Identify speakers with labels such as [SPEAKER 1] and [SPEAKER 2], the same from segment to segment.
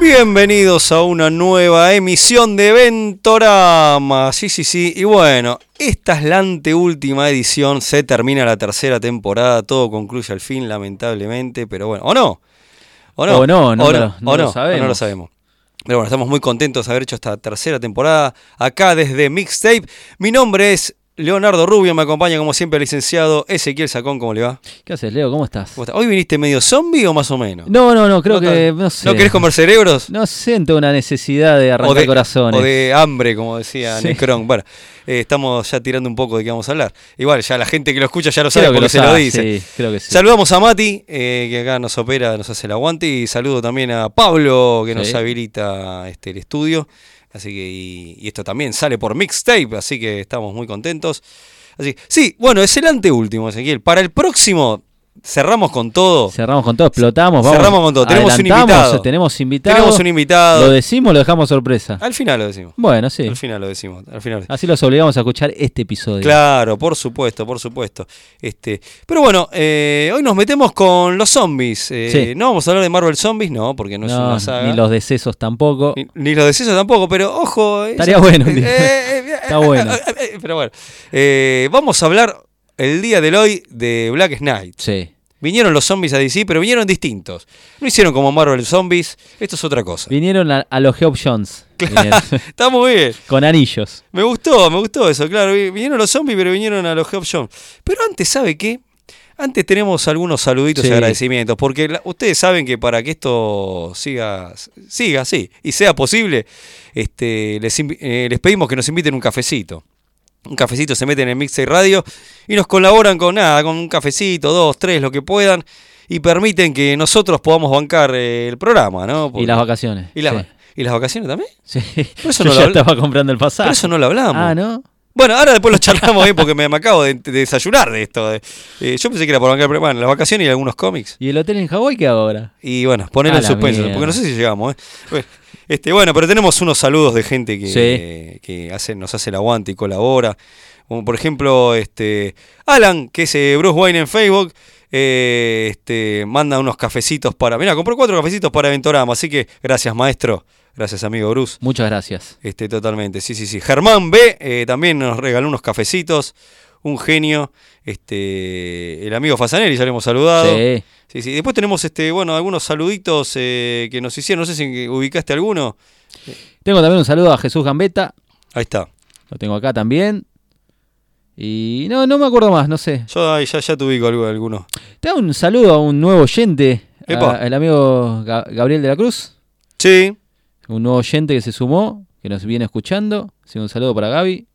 [SPEAKER 1] Bienvenidos a una nueva emisión de Ventorama. Sí, sí, sí. Y bueno, esta es la anteúltima edición. Se termina la tercera temporada. Todo concluye al fin, lamentablemente. Pero bueno, ¿o no?
[SPEAKER 2] ¿O no? O no, no
[SPEAKER 1] ¿O
[SPEAKER 2] lo-
[SPEAKER 1] no?
[SPEAKER 2] no
[SPEAKER 1] ¿O
[SPEAKER 2] lo
[SPEAKER 1] no?
[SPEAKER 2] sabemos.
[SPEAKER 1] ¿O no lo sabemos. Pero bueno, estamos muy contentos de haber hecho esta tercera temporada acá desde Mixtape. Mi nombre es Leonardo Rubio. Me acompaña, como siempre, el licenciado Ezequiel Sacón. ¿Cómo le va?
[SPEAKER 2] ¿Qué haces, Leo? ¿Cómo estás?
[SPEAKER 1] ¿Cómo está? ¿Hoy viniste medio zombie o más o menos?
[SPEAKER 2] No, no, no, creo que.
[SPEAKER 1] te-
[SPEAKER 2] No sé.
[SPEAKER 1] ¿No querés comer cerebros?
[SPEAKER 2] No siento una necesidad de arrancar corazones.
[SPEAKER 1] o de hambre, como decía
[SPEAKER 2] Sí.
[SPEAKER 1] Necron. Bueno, eh, estamos ya tirando un poco de qué vamos a hablar. Igual, ya la gente que lo escucha ya lo sabe
[SPEAKER 2] creo que
[SPEAKER 1] porque
[SPEAKER 2] lo
[SPEAKER 1] se lo
[SPEAKER 2] sabe,
[SPEAKER 1] dice.
[SPEAKER 2] sí, creo que sí.
[SPEAKER 1] Saludamos a Mati, eh, que acá nos opera, nos hace el aguante. Y saludo también a Pablo, que nos
[SPEAKER 2] Sí.
[SPEAKER 1] habilita este, el estudio. Así que, y, y esto también sale por mixtape, así que estamos muy contentos. Así, sí, bueno, es el anteúltimo, Ezequiel. Para el próximo, cerramos con todo.
[SPEAKER 2] Cerramos con todo, explotamos. Vamos,
[SPEAKER 1] Cerramos con todo. Tenemos un
[SPEAKER 2] adelantamos,
[SPEAKER 1] invitado.
[SPEAKER 2] Tenemos invitado.
[SPEAKER 1] Tenemos un invitado. Ah.
[SPEAKER 2] Lo decimos, lo dejamos sorpresa.
[SPEAKER 1] Al final lo decimos.
[SPEAKER 2] Bueno, sí.
[SPEAKER 1] Al final lo decimos. Al final.
[SPEAKER 2] Así los obligamos a escuchar este episodio.
[SPEAKER 1] Claro, por supuesto, por supuesto. Este, pero bueno, eh, hoy nos metemos con los zombies. Eh,
[SPEAKER 2] Sí.
[SPEAKER 1] No vamos a hablar de Marvel Zombies, no, porque no, es
[SPEAKER 2] No,
[SPEAKER 1] una saga.
[SPEAKER 2] ni los decesos tampoco.
[SPEAKER 1] Ni- ni los decesos tampoco, pero ojo. eh,
[SPEAKER 2] Estaría bueno un día.
[SPEAKER 1] eh,
[SPEAKER 2] Está bueno.
[SPEAKER 1] eh, eh, pero bueno. Eh, vamos a hablar el día del hoy de Black Knight.
[SPEAKER 2] Sí.
[SPEAKER 1] Vinieron los zombies a DC, pero vinieron distintos. No hicieron como Marvel Zombies, esto es otra cosa.
[SPEAKER 2] Vinieron a, a los Help Jones. Vinieron.
[SPEAKER 1] Está muy bien.
[SPEAKER 2] con anillos.
[SPEAKER 1] Me gustó, me gustó eso, claro. Vi- Vinieron los zombies, pero vinieron a los Help Jones. Pero antes, ¿sabe qué? Antes tenemos algunos saluditos y
[SPEAKER 2] Sí.
[SPEAKER 1] agradecimientos, porque la- ustedes saben que para que esto siga, siga así y sea posible, este, les, invi- eh, les pedimos que nos inviten un cafecito. Un cafecito se meten en Mixtape Radio y nos colaboran con nada, con un cafecito, dos, tres, lo que puedan, y permiten que nosotros podamos bancar eh, el programa, ¿no?
[SPEAKER 2] Y las vacaciones.
[SPEAKER 1] y las- ¿y las vacaciones también.
[SPEAKER 2] Sí. Sí.
[SPEAKER 1] Por eso
[SPEAKER 2] Yo
[SPEAKER 1] no lo
[SPEAKER 2] ya
[SPEAKER 1] habl-
[SPEAKER 2] estaba comprando el pasaje.
[SPEAKER 1] Pero eso no lo hablamos.
[SPEAKER 2] ah, ¿no?
[SPEAKER 1] Bueno, ahora después lo charlamos bien porque me, me acabo de, de desayunar de esto. eh. Eh, yo pensé que era por bancar, pero bueno, las vacaciones y algunos cómics.
[SPEAKER 2] ¿Y el hotel en Hawái qué hago ahora?
[SPEAKER 1] Y bueno, ponerlo
[SPEAKER 2] A
[SPEAKER 1] en
[SPEAKER 2] la
[SPEAKER 1] suspenso,
[SPEAKER 2] mierda.
[SPEAKER 1] porque no sé si llegamos. eh. Bueno, este, bueno, pero tenemos unos saludos de gente que,
[SPEAKER 2] Sí.
[SPEAKER 1] que hace, nos hace el aguante y colabora. Como por ejemplo, este Alan, que es eh, Bruce Wayne en Facebook, eh, este, manda unos cafecitos para. Mirá, compró cuatro cafecitos para Ventorama, así que gracias, maestro. Gracias, amigo Bruce.
[SPEAKER 2] Muchas gracias.
[SPEAKER 1] Este, totalmente, sí, sí, sí. Germán B eh, también nos regaló unos cafecitos. Un genio. Este, el amigo Fasanelli ya lo hemos saludado. Sí.
[SPEAKER 2] Sí.
[SPEAKER 1] sí, Después tenemos este, bueno, algunos saluditos eh, que nos hicieron. No sé si ubicaste alguno.
[SPEAKER 2] Tengo también un saludo a Jesús Gambetta.
[SPEAKER 1] Ahí está.
[SPEAKER 2] Lo tengo acá también. Y no, no me acuerdo más, no sé.
[SPEAKER 1] Yo ahí ya, ya te ubico algo- alguno.
[SPEAKER 2] Te hago un saludo a un nuevo oyente. a-
[SPEAKER 1] Epa.
[SPEAKER 2] El amigo Ga- Gabriel de la Cruz.
[SPEAKER 1] Sí.
[SPEAKER 2] Un nuevo oyente que se sumó, que nos viene escuchando. Así que un saludo para Gaby.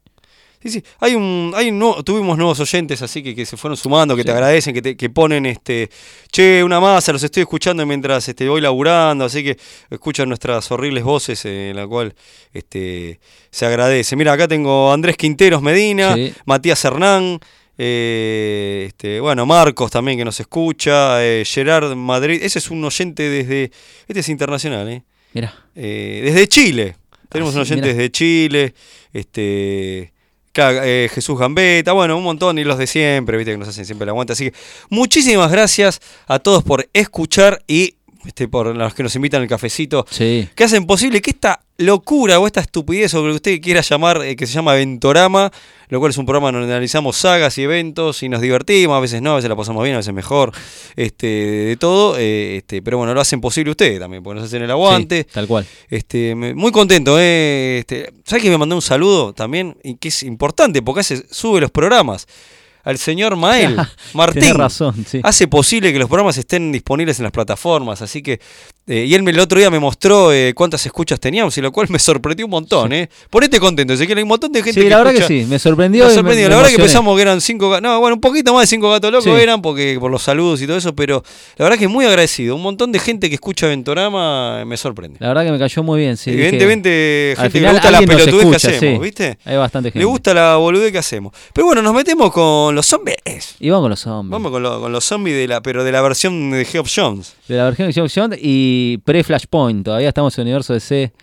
[SPEAKER 1] Sí, sí. Hay un, hay un nuevo- tuvimos nuevos oyentes así que, que se fueron sumando, que te
[SPEAKER 2] Sí.
[SPEAKER 1] agradecen, que, te- que ponen este, che, una masa, los estoy escuchando mientras este, voy laburando, así que escuchan nuestras horribles voces, eh, en la cual este, se agradece. Mira, acá tengo a Andrés Quinteros Medina,
[SPEAKER 2] Sí.
[SPEAKER 1] Matías Hernán, eh, este, bueno, Marcos también que nos escucha, eh, Gerard Madrid, ese es un oyente desde, este es internacional, ¿eh?
[SPEAKER 2] Mirá.
[SPEAKER 1] Eh, desde Chile. Tenemos
[SPEAKER 2] Ah, sí,
[SPEAKER 1] un oyente
[SPEAKER 2] mirá.
[SPEAKER 1] desde Chile. Este. claro, eh, Jesús Gambetta, bueno, un montón, y los de siempre, viste, que nos hacen siempre la aguante. Así que muchísimas gracias a todos por escuchar y este, por los que nos invitan al cafecito.
[SPEAKER 2] Sí.
[SPEAKER 1] Que hacen posible que esta locura o esta estupidez o lo que usted quiera llamar, eh, que se llama Ventorama, lo cual es un programa donde analizamos sagas y eventos y nos divertimos, a veces no, a veces la pasamos bien, a veces mejor, este, de todo. eh, este, pero bueno, lo hacen posible ustedes también, porque nos hacen el aguante.
[SPEAKER 2] Sí, tal cual.
[SPEAKER 1] Este, me- muy contento, eh. Este, ¿Sabes que me mandó un saludo también? Y que es importante, porque hace, sube los programas. Al señor Mael Martín.
[SPEAKER 2] Tenés razón, sí.
[SPEAKER 1] Hace posible que los programas estén disponibles en las plataformas. Así que. eh, y él me- el otro día me mostró eh, cuántas escuchas teníamos, y lo cual me sorprendió un montón, eh. Ponete contento, sé que hay un montón de gente
[SPEAKER 2] Sí,
[SPEAKER 1] que
[SPEAKER 2] la verdad
[SPEAKER 1] escucha-
[SPEAKER 2] que sí. Me sorprendió.
[SPEAKER 1] me
[SPEAKER 2] y me-
[SPEAKER 1] sorprendió.
[SPEAKER 2] me
[SPEAKER 1] La verdad que
[SPEAKER 2] emocioné.
[SPEAKER 1] pensamos que eran cinco gatos. No, bueno, un poquito más de cinco gatos locos
[SPEAKER 2] Sí.
[SPEAKER 1] eran porque por los saludos y todo eso, pero la verdad que muy agradecido. Un montón de gente que escucha Ventorama eh, me sorprende.
[SPEAKER 2] La verdad que me cayó muy bien. Sí, dije-
[SPEAKER 1] Evidentemente,
[SPEAKER 2] al
[SPEAKER 1] gente que
[SPEAKER 2] final
[SPEAKER 1] le gusta la
[SPEAKER 2] alguien nos
[SPEAKER 1] pelotudez que
[SPEAKER 2] escucha,
[SPEAKER 1] hacemos,
[SPEAKER 2] sí.
[SPEAKER 1] ¿viste?
[SPEAKER 2] Hay bastante gente.
[SPEAKER 1] Le gusta la boludez que hacemos. Pero bueno, nos metemos con los zombies.
[SPEAKER 2] Y vamos con los hombres.
[SPEAKER 1] Vamos con, lo- con los zombies, de la, pero de la versión de Geoff Jones.
[SPEAKER 2] De la versión de James Bond y pre-Flashpoint. Todavía estamos en el universo DC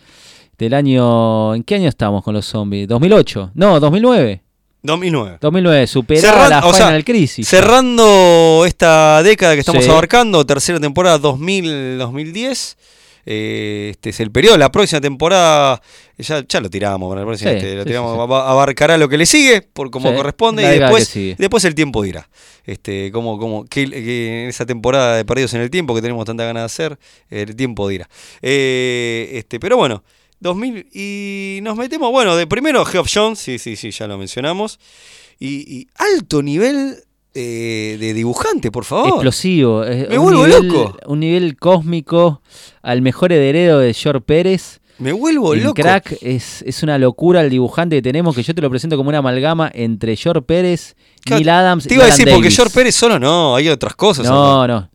[SPEAKER 2] del año. ¿En qué año estamos con los zombies? ¿2008? No, 2009.
[SPEAKER 1] 2009.
[SPEAKER 2] 2009, superada
[SPEAKER 1] Cerran-
[SPEAKER 2] la
[SPEAKER 1] o sea,
[SPEAKER 2] Final Crisis.
[SPEAKER 1] Cerrando esta década que estamos
[SPEAKER 2] Sí.
[SPEAKER 1] abarcando, tercera temporada 2000-2010, eh, este es el periodo. La próxima temporada, eh, ya, ya lo tiramos, bueno, la próxima,
[SPEAKER 2] Sí,
[SPEAKER 1] este, lo
[SPEAKER 2] sí,
[SPEAKER 1] tiramos,
[SPEAKER 2] sí, sí.
[SPEAKER 1] va- abarcará lo que le sigue, por como
[SPEAKER 2] Sí,
[SPEAKER 1] corresponde,
[SPEAKER 2] la
[SPEAKER 1] y
[SPEAKER 2] década que
[SPEAKER 1] después,
[SPEAKER 2] sigue.
[SPEAKER 1] después el tiempo dirá. Este, como, como, que, que en esa temporada de perdidos en el tiempo que tenemos tanta ganas de hacer, el tiempo dirá. Eh, este, pero bueno. 2000 y nos metemos, bueno, de primero Geoff Jones, sí, sí, sí, ya lo mencionamos. Y, y alto nivel eh, de dibujante, por favor.
[SPEAKER 2] Explosivo. eh,
[SPEAKER 1] Me vuelvo
[SPEAKER 2] nivel-
[SPEAKER 1] loco.
[SPEAKER 2] Un nivel cósmico al mejor heredero de George Pérez.
[SPEAKER 1] Me vuelvo
[SPEAKER 2] El
[SPEAKER 1] loco.
[SPEAKER 2] crack es, es una locura el dibujante que tenemos, que yo te lo presento como una amalgama entre George Pérez,
[SPEAKER 1] Claro,
[SPEAKER 2] Neil Adams
[SPEAKER 1] Te
[SPEAKER 2] y
[SPEAKER 1] iba a
[SPEAKER 2] Alan
[SPEAKER 1] decir, porque
[SPEAKER 2] Davis.
[SPEAKER 1] George Pérez solo no, hay otras cosas.
[SPEAKER 2] No, no.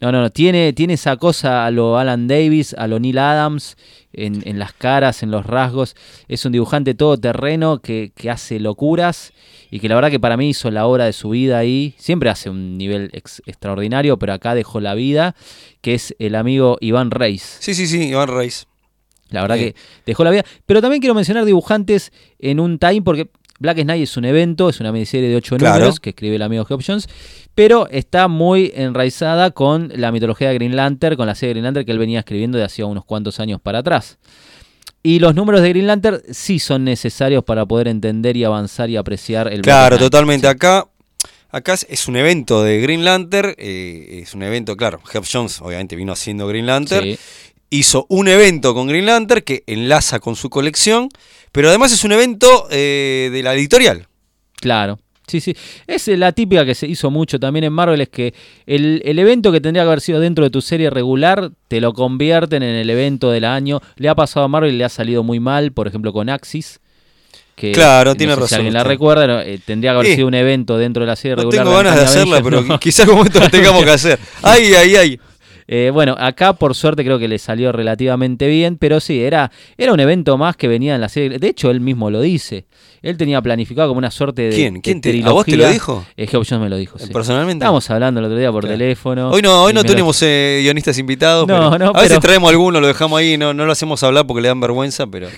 [SPEAKER 2] No, no, no. Tiene, tiene esa cosa a lo Alan Davis, a lo Neil Adams, en, en las caras, en los rasgos. Es un dibujante todoterreno que, que hace locuras y que la verdad que para mí hizo la obra de su vida ahí. Siempre hace un nivel ex- extraordinario, pero acá dejó la vida, que es el amigo Iván Reis.
[SPEAKER 1] Sí, sí, sí, Iván Reis.
[SPEAKER 2] La verdad
[SPEAKER 1] Sí.
[SPEAKER 2] que dejó la vida. Pero también quiero mencionar dibujantes en un time, porque Black Snake es un evento, es una miniserie de ocho
[SPEAKER 1] Claro.
[SPEAKER 2] números que escribe el amigo Geoff Jones, pero está muy enraizada con la mitología de Green Lantern, con la serie de Green Lantern que él venía escribiendo de hacía unos cuantos años para atrás. Y los números de Green Lantern sí son necesarios para poder entender y avanzar y apreciar el Black
[SPEAKER 1] Claro,
[SPEAKER 2] Knight.
[SPEAKER 1] totalmente. Acá, acá es- es un evento de Green Lantern. eh, es un evento, claro. Jeff Jones, obviamente, vino haciendo Green Lantern.
[SPEAKER 2] Sí.
[SPEAKER 1] Hizo un evento con Green Lantern que enlaza con su colección. Pero además es un evento eh, de la editorial.
[SPEAKER 2] Claro. Sí, sí. Es eh, la típica que se hizo mucho también en Marvel, es que el, el evento que tendría que haber sido dentro de tu serie regular, te lo convierten en el evento del año. Le ha pasado a Marvel y le ha salido muy mal, por ejemplo, con Axis. Que
[SPEAKER 1] Claro,
[SPEAKER 2] no
[SPEAKER 1] tiene
[SPEAKER 2] sé Si
[SPEAKER 1] razón
[SPEAKER 2] alguien la
[SPEAKER 1] usted.
[SPEAKER 2] recuerda, no, eh, tendría que haber
[SPEAKER 1] Sí.
[SPEAKER 2] sido un evento dentro de la serie
[SPEAKER 1] No
[SPEAKER 2] regular.
[SPEAKER 1] tengo ganas de
[SPEAKER 2] Uncanny
[SPEAKER 1] hacerla,
[SPEAKER 2] Avengers,
[SPEAKER 1] pero
[SPEAKER 2] no.
[SPEAKER 1] quizás algún momento lo tengamos que hacer. Ay, ay, ay.
[SPEAKER 2] Eh, bueno, acá por suerte creo que le salió relativamente bien, pero sí, era, era un evento más que venía en la serie. De hecho, él mismo lo dice. Él tenía planificado como una suerte de.
[SPEAKER 1] ¿Quién?
[SPEAKER 2] de
[SPEAKER 1] ¿Quién te- a vos te lo
[SPEAKER 2] trilogía.
[SPEAKER 1] dijo?
[SPEAKER 2] Eh, Geoff Jones me lo dijo. sí.
[SPEAKER 1] Personalmente.
[SPEAKER 2] Estábamos hablando el otro día por
[SPEAKER 1] Claro.
[SPEAKER 2] teléfono.
[SPEAKER 1] Hoy no, hoy
[SPEAKER 2] y
[SPEAKER 1] no
[SPEAKER 2] me lo-
[SPEAKER 1] tenemos eh, guionistas invitados.
[SPEAKER 2] No,
[SPEAKER 1] pero
[SPEAKER 2] no,
[SPEAKER 1] a veces
[SPEAKER 2] pero-
[SPEAKER 1] traemos alguno, lo dejamos ahí, no, no lo hacemos hablar porque le dan vergüenza, pero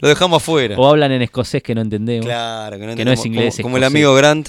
[SPEAKER 1] lo dejamos afuera.
[SPEAKER 2] O hablan en escocés que no entendemos. Claro,
[SPEAKER 1] Claro, que no,
[SPEAKER 2] Que no es
[SPEAKER 1] entendemos,
[SPEAKER 2] inglés,
[SPEAKER 1] Como,
[SPEAKER 2] es
[SPEAKER 1] como el
[SPEAKER 2] escocés.
[SPEAKER 1] amigo Grant.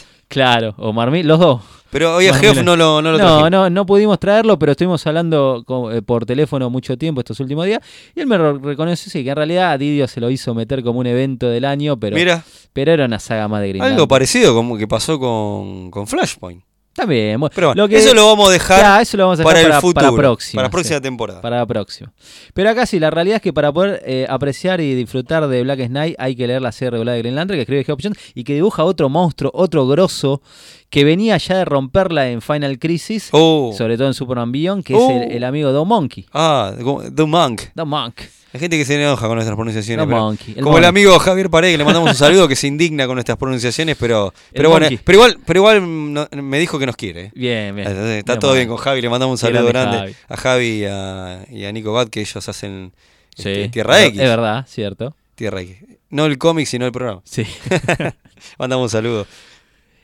[SPEAKER 2] o Marmí, los dos.
[SPEAKER 1] Pero hoy a
[SPEAKER 2] Más o
[SPEAKER 1] Geoff
[SPEAKER 2] menos.
[SPEAKER 1] no lo, no lo
[SPEAKER 2] No,
[SPEAKER 1] trajimos.
[SPEAKER 2] no, no pudimos traerlo, pero estuvimos hablando co- eh, por teléfono mucho tiempo estos últimos días. Y él me ro- reconoció, sí, que en realidad a Didio se lo hizo meter como un evento del año, pero,
[SPEAKER 1] Mira,
[SPEAKER 2] pero era una saga más de Green
[SPEAKER 1] algo
[SPEAKER 2] Lantern.
[SPEAKER 1] parecido como que pasó con, con Flashpoint.
[SPEAKER 2] También, bueno,
[SPEAKER 1] Pero bueno,
[SPEAKER 2] que-
[SPEAKER 1] eso lo vamos a dejar
[SPEAKER 2] Ya, eso lo vamos a
[SPEAKER 1] para
[SPEAKER 2] dejar
[SPEAKER 1] el
[SPEAKER 2] para,
[SPEAKER 1] futuro.
[SPEAKER 2] para próxima.
[SPEAKER 1] para próxima
[SPEAKER 2] sí,
[SPEAKER 1] temporada.
[SPEAKER 2] para la próxima. Pero acá sí, la realidad es que para poder eh, apreciar y disfrutar de Black Knight hay que leer la serie regular de Green Lantern que escribe Geoff Jones y que dibuja otro monstruo, otro grosso, que venía ya de romperla en Final Crisis,
[SPEAKER 1] Oh.
[SPEAKER 2] sobre todo en Superman Beyond, que
[SPEAKER 1] Oh.
[SPEAKER 2] es el, el amigo Don Monkey.
[SPEAKER 1] Ah, como The Monk.
[SPEAKER 2] Don Monk.
[SPEAKER 1] Hay gente que se enoja con nuestras pronunciaciones.
[SPEAKER 2] The
[SPEAKER 1] pero-
[SPEAKER 2] Monkey, el
[SPEAKER 1] como el
[SPEAKER 2] Monkey.
[SPEAKER 1] amigo Javier Paredes, que le mandamos un saludo, que se indigna con nuestras pronunciaciones, pero, pero bueno,
[SPEAKER 2] Monkey.
[SPEAKER 1] pero igual, pero igual mm, no- me dijo que nos quiere. ¿eh?
[SPEAKER 2] Bien, bien.
[SPEAKER 1] Entonces, está
[SPEAKER 2] Bien,
[SPEAKER 1] todo
[SPEAKER 2] Monk.
[SPEAKER 1] bien con Javi, le mandamos un
[SPEAKER 2] Qué
[SPEAKER 1] saludo
[SPEAKER 2] grande
[SPEAKER 1] grande a Javi y a, y a Nico Bat, que ellos hacen
[SPEAKER 2] Sí,
[SPEAKER 1] este, Tierra X.
[SPEAKER 2] Es verdad, cierto.
[SPEAKER 1] Tierra X. No el cómic, sino el programa.
[SPEAKER 2] Sí.
[SPEAKER 1] Mandamos un saludo.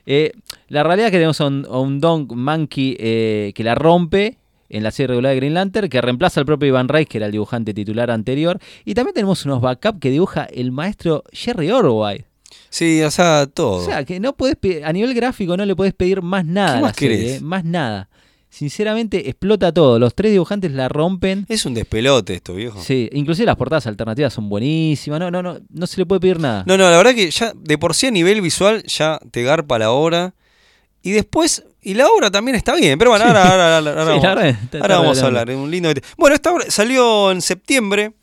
[SPEAKER 2] Eh, la realidad es que tenemos a un, a un Don Monkey eh, que la rompe en la serie regular de Green Lantern, que reemplaza al propio Ivan Reis, que era el dibujante titular anterior. Y también tenemos unos backup que dibuja el maestro Jerry Orway.
[SPEAKER 1] Sí, o sea, todo.
[SPEAKER 2] O sea, que no podés pe- a nivel gráfico no le podés pedir más
[SPEAKER 1] Oh. ¿Qué
[SPEAKER 2] nada. a la
[SPEAKER 1] más
[SPEAKER 2] serie,
[SPEAKER 1] querés?
[SPEAKER 2] eh, Más nada. Sinceramente, explota todo. Los tres dibujantes la rompen.
[SPEAKER 1] es un despelote esto, viejo.
[SPEAKER 2] Sí, inclusive las portadas alternativas son buenísimas. No, no, no, no se le puede pedir nada.
[SPEAKER 1] No, no, la verdad que ya de por sí a nivel visual ya te garpa la obra. Y después, y la obra también está bien. Pero bueno, ahora, ahora, ahora, ahora
[SPEAKER 2] Sí, la verdad,
[SPEAKER 1] vamos,
[SPEAKER 2] está-
[SPEAKER 1] ahora
[SPEAKER 2] está
[SPEAKER 1] vamos a
[SPEAKER 2] redondo.
[SPEAKER 1] hablar. Un lindo... Bueno, esta obra salió en septiembre.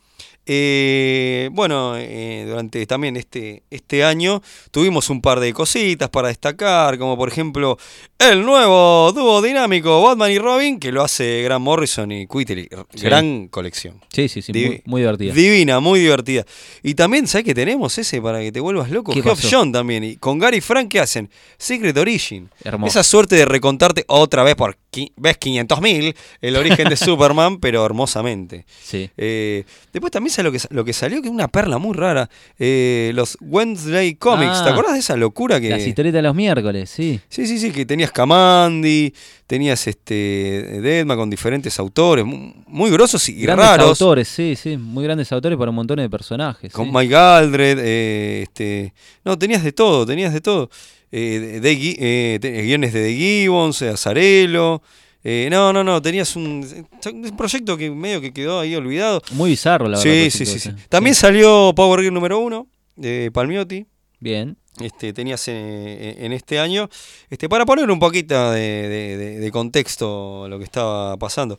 [SPEAKER 1] Eh, bueno, eh, durante también este, este año tuvimos un par de cositas para destacar, como por ejemplo el nuevo dúo dinámico Batman y Robin, que lo hace Grant Morrison y Quitley.
[SPEAKER 2] Sí.
[SPEAKER 1] Gran colección.
[SPEAKER 2] Sí, sí, sí,
[SPEAKER 1] Divi-
[SPEAKER 2] muy, muy divertida.
[SPEAKER 1] Divina, muy divertida. Y también, ¿sabes qué tenemos ese para que te vuelvas loco?
[SPEAKER 2] ¿Qué
[SPEAKER 1] Geoff
[SPEAKER 2] pasó?
[SPEAKER 1] John también. Y con Gary Frank, ¿qué hacen? Secret Origin.
[SPEAKER 2] Hermoso.
[SPEAKER 1] Esa suerte de recontarte otra vez por qui- ves 500.000 el origen de Superman, pero hermosamente.
[SPEAKER 2] Sí.
[SPEAKER 1] Eh, después también sé lo que, sa- lo que salió, que es una perla muy rara. Eh, los Wednesday Comics.
[SPEAKER 2] Ah.
[SPEAKER 1] ¿Te acordás de esa locura que.?
[SPEAKER 2] Las historietas de los miércoles, sí.
[SPEAKER 1] Sí, sí, sí, que tenías Camandi, tenías este Deadman con diferentes autores, mu- muy grosos y
[SPEAKER 2] grandes
[SPEAKER 1] raros.
[SPEAKER 2] autores, sí, sí, muy grandes autores para un montón de personajes.
[SPEAKER 1] Con
[SPEAKER 2] sí.
[SPEAKER 1] Mike Aldred, eh, este, no, tenías de todo, tenías de todo. Eh, de- de Gui- eh, te- guiones de The Gibbons, eh, Azarelo, Eh, no, no, no, tenías un, un proyecto que medio que quedó ahí olvidado.
[SPEAKER 2] Muy bizarro, la verdad.
[SPEAKER 1] Sí, sí, sí, sí. También salió Power Gear número uno de Palmiotti.
[SPEAKER 2] Bien.
[SPEAKER 1] Este, tenías en, en este año. Este, para poner un poquito de, de- de- de contexto lo que estaba pasando.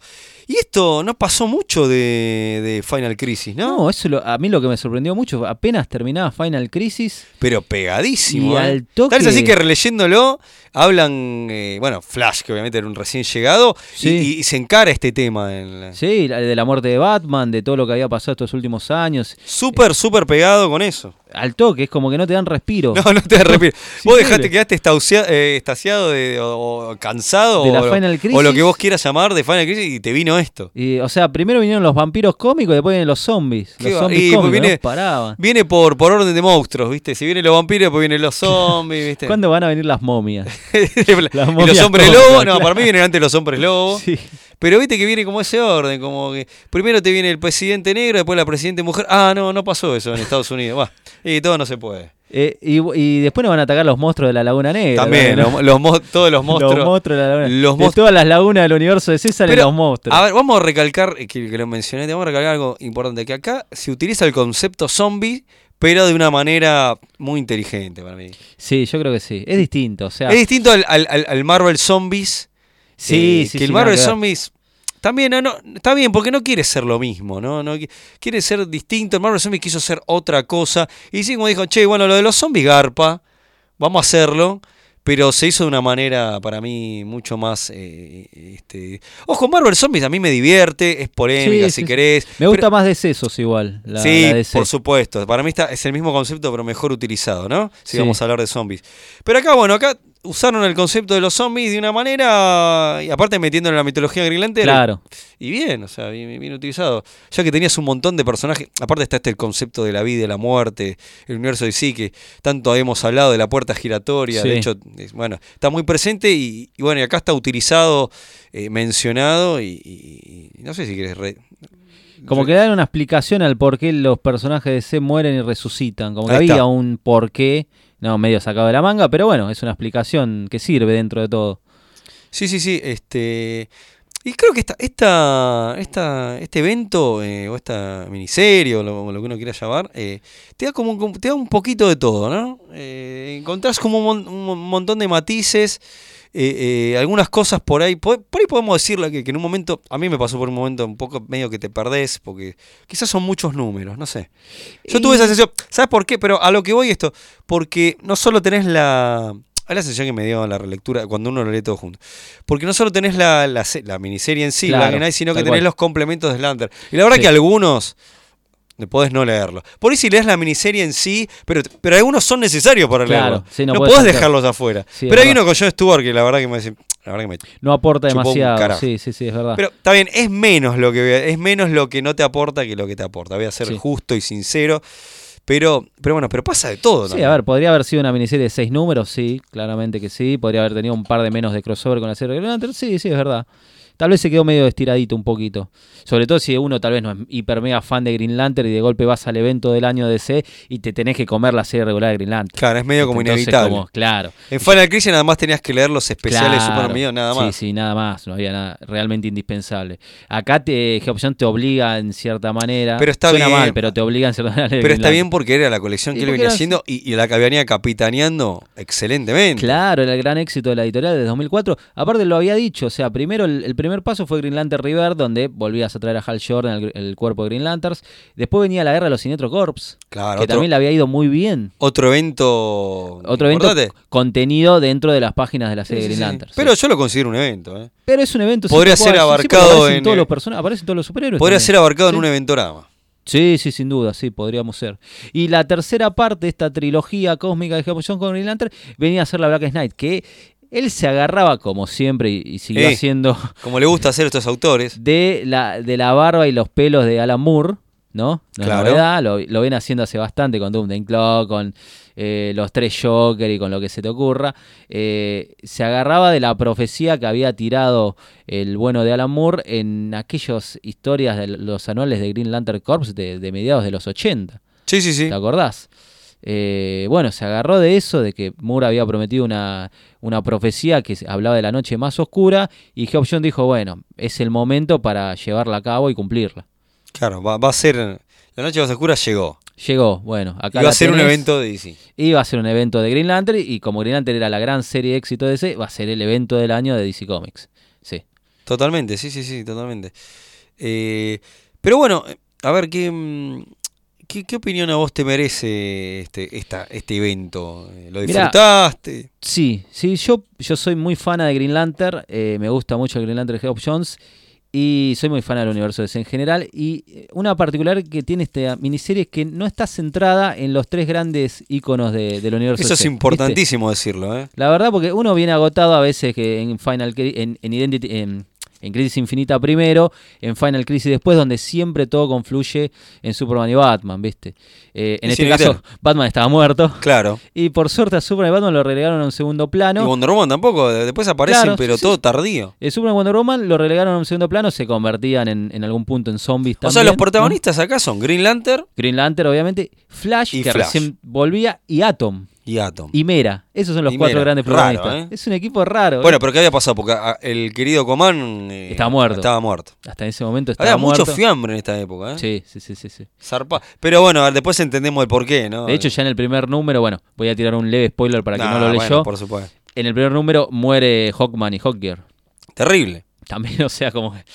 [SPEAKER 1] Y esto no pasó mucho de, de Final Crisis, ¿no?
[SPEAKER 2] No, eso lo- a mí lo que me sorprendió mucho, apenas terminaba Final Crisis,
[SPEAKER 1] Pero pegadísimo.
[SPEAKER 2] Y
[SPEAKER 1] ¿eh?
[SPEAKER 2] al toque-
[SPEAKER 1] Tal es así que releyéndolo, hablan, eh, bueno, Flash, que obviamente era un recién llegado, y-
[SPEAKER 2] Sí.
[SPEAKER 1] y, y se encara este tema. En la-
[SPEAKER 2] sí, la- de la muerte de Batman, de todo lo que había pasado estos últimos años,
[SPEAKER 1] Súper, súper pegado con eso.
[SPEAKER 2] al toque, es como que no te dan respiro.
[SPEAKER 1] No, no te arrepientes.
[SPEAKER 2] Oh. Sí,
[SPEAKER 1] vos
[SPEAKER 2] sí,
[SPEAKER 1] dejaste,
[SPEAKER 2] le-
[SPEAKER 1] quedaste estaucia- eh, estasiado de, o, o cansado
[SPEAKER 2] De la
[SPEAKER 1] o, lo-
[SPEAKER 2] Final
[SPEAKER 1] o lo
[SPEAKER 2] Crisis.
[SPEAKER 1] que vos quieras llamar de Final Crisis y te vino esto.
[SPEAKER 2] Y, o sea, primero vinieron los vampiros cómicos y después vienen los zombies.
[SPEAKER 1] Qué
[SPEAKER 2] Los
[SPEAKER 1] va-
[SPEAKER 2] zombies
[SPEAKER 1] y, pues,
[SPEAKER 2] cómicos,
[SPEAKER 1] viene-
[SPEAKER 2] no paraban.
[SPEAKER 1] Viene por, por orden de monstruos, ¿viste? Si vienen los vampiros, pues vienen los zombies, ¿viste?
[SPEAKER 2] ¿Cuándo van a venir las momias? Las
[SPEAKER 1] y los
[SPEAKER 2] momias
[SPEAKER 1] hombres
[SPEAKER 2] todas,
[SPEAKER 1] lobo, no,
[SPEAKER 2] claro.
[SPEAKER 1] para mí vienen antes los hombres lobo.
[SPEAKER 2] Sí.
[SPEAKER 1] Pero viste que viene como ese orden, como que primero te viene el presidente negro, después la presidente mujer. Ah, no, no pasó eso en Estados Unidos. Va, y todo no se puede.
[SPEAKER 2] Eh, y, y después nos van a atacar los monstruos de la Laguna Negra.
[SPEAKER 1] También,
[SPEAKER 2] ¿no?
[SPEAKER 1] los, los mo- todos los monstruos.
[SPEAKER 2] Eh, Los monstruos de la Laguna
[SPEAKER 1] Los
[SPEAKER 2] De
[SPEAKER 1] monstruos.
[SPEAKER 2] todas las lagunas del universo de César y
[SPEAKER 1] Pero,
[SPEAKER 2] los monstruos.
[SPEAKER 1] A ver, vamos a recalcar, eh, que, que lo mencioné, te vamos a recalcar algo importante, que acá se utiliza el concepto zombie, pero de una manera muy inteligente para mí.
[SPEAKER 2] Sí, yo creo que sí. Es distinto. O sea,
[SPEAKER 1] es distinto al, al- al- al Marvel Zombies.
[SPEAKER 2] sí,
[SPEAKER 1] eh,
[SPEAKER 2] sí,
[SPEAKER 1] Que
[SPEAKER 2] sí,
[SPEAKER 1] el
[SPEAKER 2] nada
[SPEAKER 1] Marvel
[SPEAKER 2] que ver.
[SPEAKER 1] Zombies también, no, no, está bien, porque no quiere ser lo mismo, ¿no? no qui- quiere ser distinto. El Marvel Zombies quiso ser otra cosa. Y sí, como dijo, che, bueno, lo de los zombies garpa, vamos a hacerlo. Pero se hizo de una manera, para mí, mucho más... eh, este... Ojo, Marvel Zombies a mí me divierte, es polémica,
[SPEAKER 2] Sí,
[SPEAKER 1] si
[SPEAKER 2] sí, sí.
[SPEAKER 1] querés.
[SPEAKER 2] Me gusta
[SPEAKER 1] pero-
[SPEAKER 2] más de sesos igual. La,
[SPEAKER 1] sí,
[SPEAKER 2] la DC.
[SPEAKER 1] por supuesto. Para mí está, es el mismo concepto, pero mejor utilizado, ¿no? Si
[SPEAKER 2] Sí.
[SPEAKER 1] vamos a hablar de zombies. Pero acá, bueno, acá usaron el concepto de los zombies de una manera. Y aparte metiéndolo en la mitología grilante.
[SPEAKER 2] Claro.
[SPEAKER 1] Y bien, o sea, bien, bien utilizado. Ya que tenías un montón de personajes. Aparte está este concepto de la vida y la muerte, el universo de sí, que tanto hemos hablado de la puerta giratoria.
[SPEAKER 2] Sí.
[SPEAKER 1] De hecho, es- bueno, está muy presente y, y bueno, y acá está utilizado, eh, mencionado y, y- y no sé si quieres. re-
[SPEAKER 2] Como que le dan una explicación al por qué los personajes de C mueren y resucitan. Como que
[SPEAKER 1] Ahí
[SPEAKER 2] había
[SPEAKER 1] está.
[SPEAKER 2] un por qué, no, medio sacado de la manga, pero bueno, es una explicación que sirve dentro de todo.
[SPEAKER 1] Sí, sí, sí. Este. Y creo que esta, esta, esta, este evento, eh, o esta miniserie, o lo, lo que uno quiera llamar, eh, te da como un- como- te da un poquito de todo, ¿no? Eh, encontrás como un, mon- un mon- montón de matices, eh, eh, algunas cosas por ahí. po- Por, ahí podemos decirla que, que en un momento, a mí me pasó por un momento un poco medio que te perdés, porque quizás son muchos números, no sé. Yo tuve
[SPEAKER 2] Y-
[SPEAKER 1] esa sensación, ¿sabes por qué? Pero a lo que voy esto, porque no solo tenés la... Es la sensación que me dio la relectura cuando uno lo lee todo junto. Porque no solo tenés la, la, se- la miniserie en sí,
[SPEAKER 2] Claro,
[SPEAKER 1] Black Knight, sino que
[SPEAKER 2] tal
[SPEAKER 1] tenés
[SPEAKER 2] cual.
[SPEAKER 1] los complementos de Slander. Y la verdad
[SPEAKER 2] Sí.
[SPEAKER 1] que algunos le podés no leerlo. Por ahí si lees la miniserie en sí, pero, pero algunos son necesarios para
[SPEAKER 2] Claro,
[SPEAKER 1] leerlo.
[SPEAKER 2] sí, no
[SPEAKER 1] no
[SPEAKER 2] podés
[SPEAKER 1] podés
[SPEAKER 2] hacer-
[SPEAKER 1] dejarlos afuera.
[SPEAKER 2] Sí, es
[SPEAKER 1] pero hay
[SPEAKER 2] verdad.
[SPEAKER 1] uno con John Stewart que la verdad que me dice, la verdad que me
[SPEAKER 2] No aporta
[SPEAKER 1] Chupó un
[SPEAKER 2] demasiado.
[SPEAKER 1] carajo.
[SPEAKER 2] Sí, sí, sí, es verdad.
[SPEAKER 1] pero está bien, es menos lo que voy a- es menos lo que no te aporta que lo que te aporta. Voy a ser
[SPEAKER 2] Sí.
[SPEAKER 1] justo y sincero. Pero, pero bueno, pero pasa de todo,
[SPEAKER 2] sí,
[SPEAKER 1] también.
[SPEAKER 2] a ver, podría haber sido una miniserie de seis números, sí, claramente que sí. Podría haber tenido un par de menos de crossover con la serie regular, pero sí, sí, es verdad. Tal vez se quedó medio estiradito un poquito. Sobre todo si uno tal vez no es hiper mega fan de Green Lantern y de golpe vas al evento del año DC y te tenés que comer la serie regular de Green Lantern.
[SPEAKER 1] Claro, es medio como
[SPEAKER 2] Entonces,
[SPEAKER 1] inevitable.
[SPEAKER 2] como- claro.
[SPEAKER 1] En Final Crisis nada más tenías que leer los especiales de
[SPEAKER 2] Claro.
[SPEAKER 1] Super Amigo, nada más.
[SPEAKER 2] Sí, sí, nada más. No había nada realmente indispensable. Acá te, Geopción te obliga en cierta manera.
[SPEAKER 1] Pero está
[SPEAKER 2] Suena
[SPEAKER 1] bien.
[SPEAKER 2] mal, pero te obliga en cierta manera. a leer
[SPEAKER 1] Pero
[SPEAKER 2] Green
[SPEAKER 1] está
[SPEAKER 2] Lantern.
[SPEAKER 1] bien porque era la colección
[SPEAKER 2] Y
[SPEAKER 1] que él
[SPEAKER 2] porque
[SPEAKER 1] venía
[SPEAKER 2] era-
[SPEAKER 1] haciendo y, y la que venía capitaneando excelentemente.
[SPEAKER 2] Claro, era el gran éxito de la editorial de 2004. Aparte lo había dicho, o sea, primero el, el primer paso fue Green Lantern River, donde volvías a traer a Hal Jordan, el, el cuerpo de Green Lanterns. Después venía la guerra de los Sinetro Corps,
[SPEAKER 1] Claro,
[SPEAKER 2] que
[SPEAKER 1] Ah, otro,
[SPEAKER 2] también le había ido muy bien.
[SPEAKER 1] otro evento.
[SPEAKER 2] Otro evento
[SPEAKER 1] importante.
[SPEAKER 2] contenido dentro de las páginas de la
[SPEAKER 1] Sí,
[SPEAKER 2] serie
[SPEAKER 1] sí,
[SPEAKER 2] Green
[SPEAKER 1] sí.
[SPEAKER 2] Lanterns.
[SPEAKER 1] Pero
[SPEAKER 2] Sí.
[SPEAKER 1] yo lo considero un evento. ¿eh?
[SPEAKER 2] Pero es un evento. sí,
[SPEAKER 1] podría
[SPEAKER 2] tal cual,
[SPEAKER 1] ser
[SPEAKER 2] sí, sí, porque
[SPEAKER 1] abarcado
[SPEAKER 2] aparecen
[SPEAKER 1] en-
[SPEAKER 2] todos los person- aparecen todos los superhéroes.
[SPEAKER 1] Podría
[SPEAKER 2] también.
[SPEAKER 1] ser abarcado
[SPEAKER 2] Sí.
[SPEAKER 1] en un eventorama.
[SPEAKER 2] Sí, sí, sin duda, sí, podríamos ser. Y la tercera parte de esta trilogía cósmica de Japón con Green Lantern venía a ser la Black Knight, que él se agarraba, como siempre, y, y siguió
[SPEAKER 1] Eh.
[SPEAKER 2] haciendo,
[SPEAKER 1] Como le gusta hacer a estos autores.
[SPEAKER 2] de la, de la barba y los pelos de Alan Moore, ¿no? No es
[SPEAKER 1] Claro.
[SPEAKER 2] novedad, lo, lo ven haciendo hace bastante con Doomsday Clock, con eh, los tres Joker y con lo que se te ocurra. Eh, se agarraba de la profecía que había tirado el bueno de Alan Moore en aquellas historias de los anuales de Green Lantern Corps de, de mediados de los 80.
[SPEAKER 1] Sí, sí, sí.
[SPEAKER 2] ¿Te acordás? Eh, bueno, se agarró de eso, de que Moore había prometido una, una profecía que hablaba de la noche más oscura, y Geoff John dijo, bueno, es el momento para llevarla a cabo y cumplirla.
[SPEAKER 1] Claro, va, va a ser... La noche más oscura llegó.
[SPEAKER 2] Llegó, bueno, acá
[SPEAKER 1] Iba
[SPEAKER 2] la
[SPEAKER 1] a ser un
[SPEAKER 2] tenés.
[SPEAKER 1] evento de DC.
[SPEAKER 2] Iba a ser un evento de Green Lantern, y como Green Lantern era la gran serie de éxito de DC, va a ser el evento del año de DC Comics. Sí.
[SPEAKER 1] Totalmente, sí, sí, sí, totalmente. Eh, pero bueno, a ver, ¿qué, mm, qué, qué opinión a vos te merece este, esta, este evento? ¿Lo
[SPEAKER 2] Mirá.
[SPEAKER 1] disfrutaste?
[SPEAKER 2] Sí, sí, yo, yo soy muy fana de Green Lantern, eh, me gusta mucho el Green Lantern de Geoff Jones y soy muy fan del universo de DC en general. Y eh, una particular que tiene esta miniserie es que no está centrada en los tres grandes iconos de- del universo
[SPEAKER 1] Eso es
[SPEAKER 2] DC, ¿viste?
[SPEAKER 1] importantísimo decirlo, ¿eh?
[SPEAKER 2] La verdad, porque uno viene agotado a veces que en Final Cri- en, en Identity, en, en Crisis Infinita primero, en Final Crisis después, donde siempre todo confluye en Superman y Batman, ¿viste? Eh, en
[SPEAKER 1] Es
[SPEAKER 2] este caso, Batman estaba muerto.
[SPEAKER 1] Claro.
[SPEAKER 2] Y por suerte a Superman y Batman lo relegaron a un segundo plano.
[SPEAKER 1] Y Wonder Woman tampoco, de- después aparecen,
[SPEAKER 2] Claro,
[SPEAKER 1] pero
[SPEAKER 2] sí,
[SPEAKER 1] todo tardío.
[SPEAKER 2] El Superman y Wonder Woman lo relegaron a un segundo plano, se convertían en, en algún punto en zombies
[SPEAKER 1] O
[SPEAKER 2] también.
[SPEAKER 1] sea, los
[SPEAKER 2] ¿no?
[SPEAKER 1] protagonistas acá son Green Lantern
[SPEAKER 2] Green Lantern, obviamente. Flash,
[SPEAKER 1] Y
[SPEAKER 2] que
[SPEAKER 1] Flash.
[SPEAKER 2] recién volvía, y Atom,
[SPEAKER 1] y Atom.
[SPEAKER 2] y Mera. Esos son los
[SPEAKER 1] Y
[SPEAKER 2] cuatro
[SPEAKER 1] Mera,
[SPEAKER 2] grandes
[SPEAKER 1] raro,
[SPEAKER 2] protagonistas.
[SPEAKER 1] ¿eh?
[SPEAKER 2] Es un equipo raro.
[SPEAKER 1] bueno,
[SPEAKER 2] ¿eh?
[SPEAKER 1] pero ¿qué había pasado? Porque ah, el querido Coman eh,
[SPEAKER 2] Estaba muerto.
[SPEAKER 1] Estaba muerto.
[SPEAKER 2] Hasta ese momento estaba
[SPEAKER 1] Había
[SPEAKER 2] muerto.
[SPEAKER 1] mucho fiambre en esta época, ¿eh?
[SPEAKER 2] Sí, sí, sí, sí, sí.
[SPEAKER 1] Zarpa- Pero bueno, a ver, después entendemos el porqué, ¿no?
[SPEAKER 2] De hecho, ya en el primer número, bueno, voy a tirar un leve spoiler para que
[SPEAKER 1] Nah,
[SPEAKER 2] no lo
[SPEAKER 1] bueno,
[SPEAKER 2] leyó.
[SPEAKER 1] por supuesto.
[SPEAKER 2] En el primer número muere Hawkman y Hawkgear.
[SPEAKER 1] Terrible.
[SPEAKER 2] También, o sea, como que,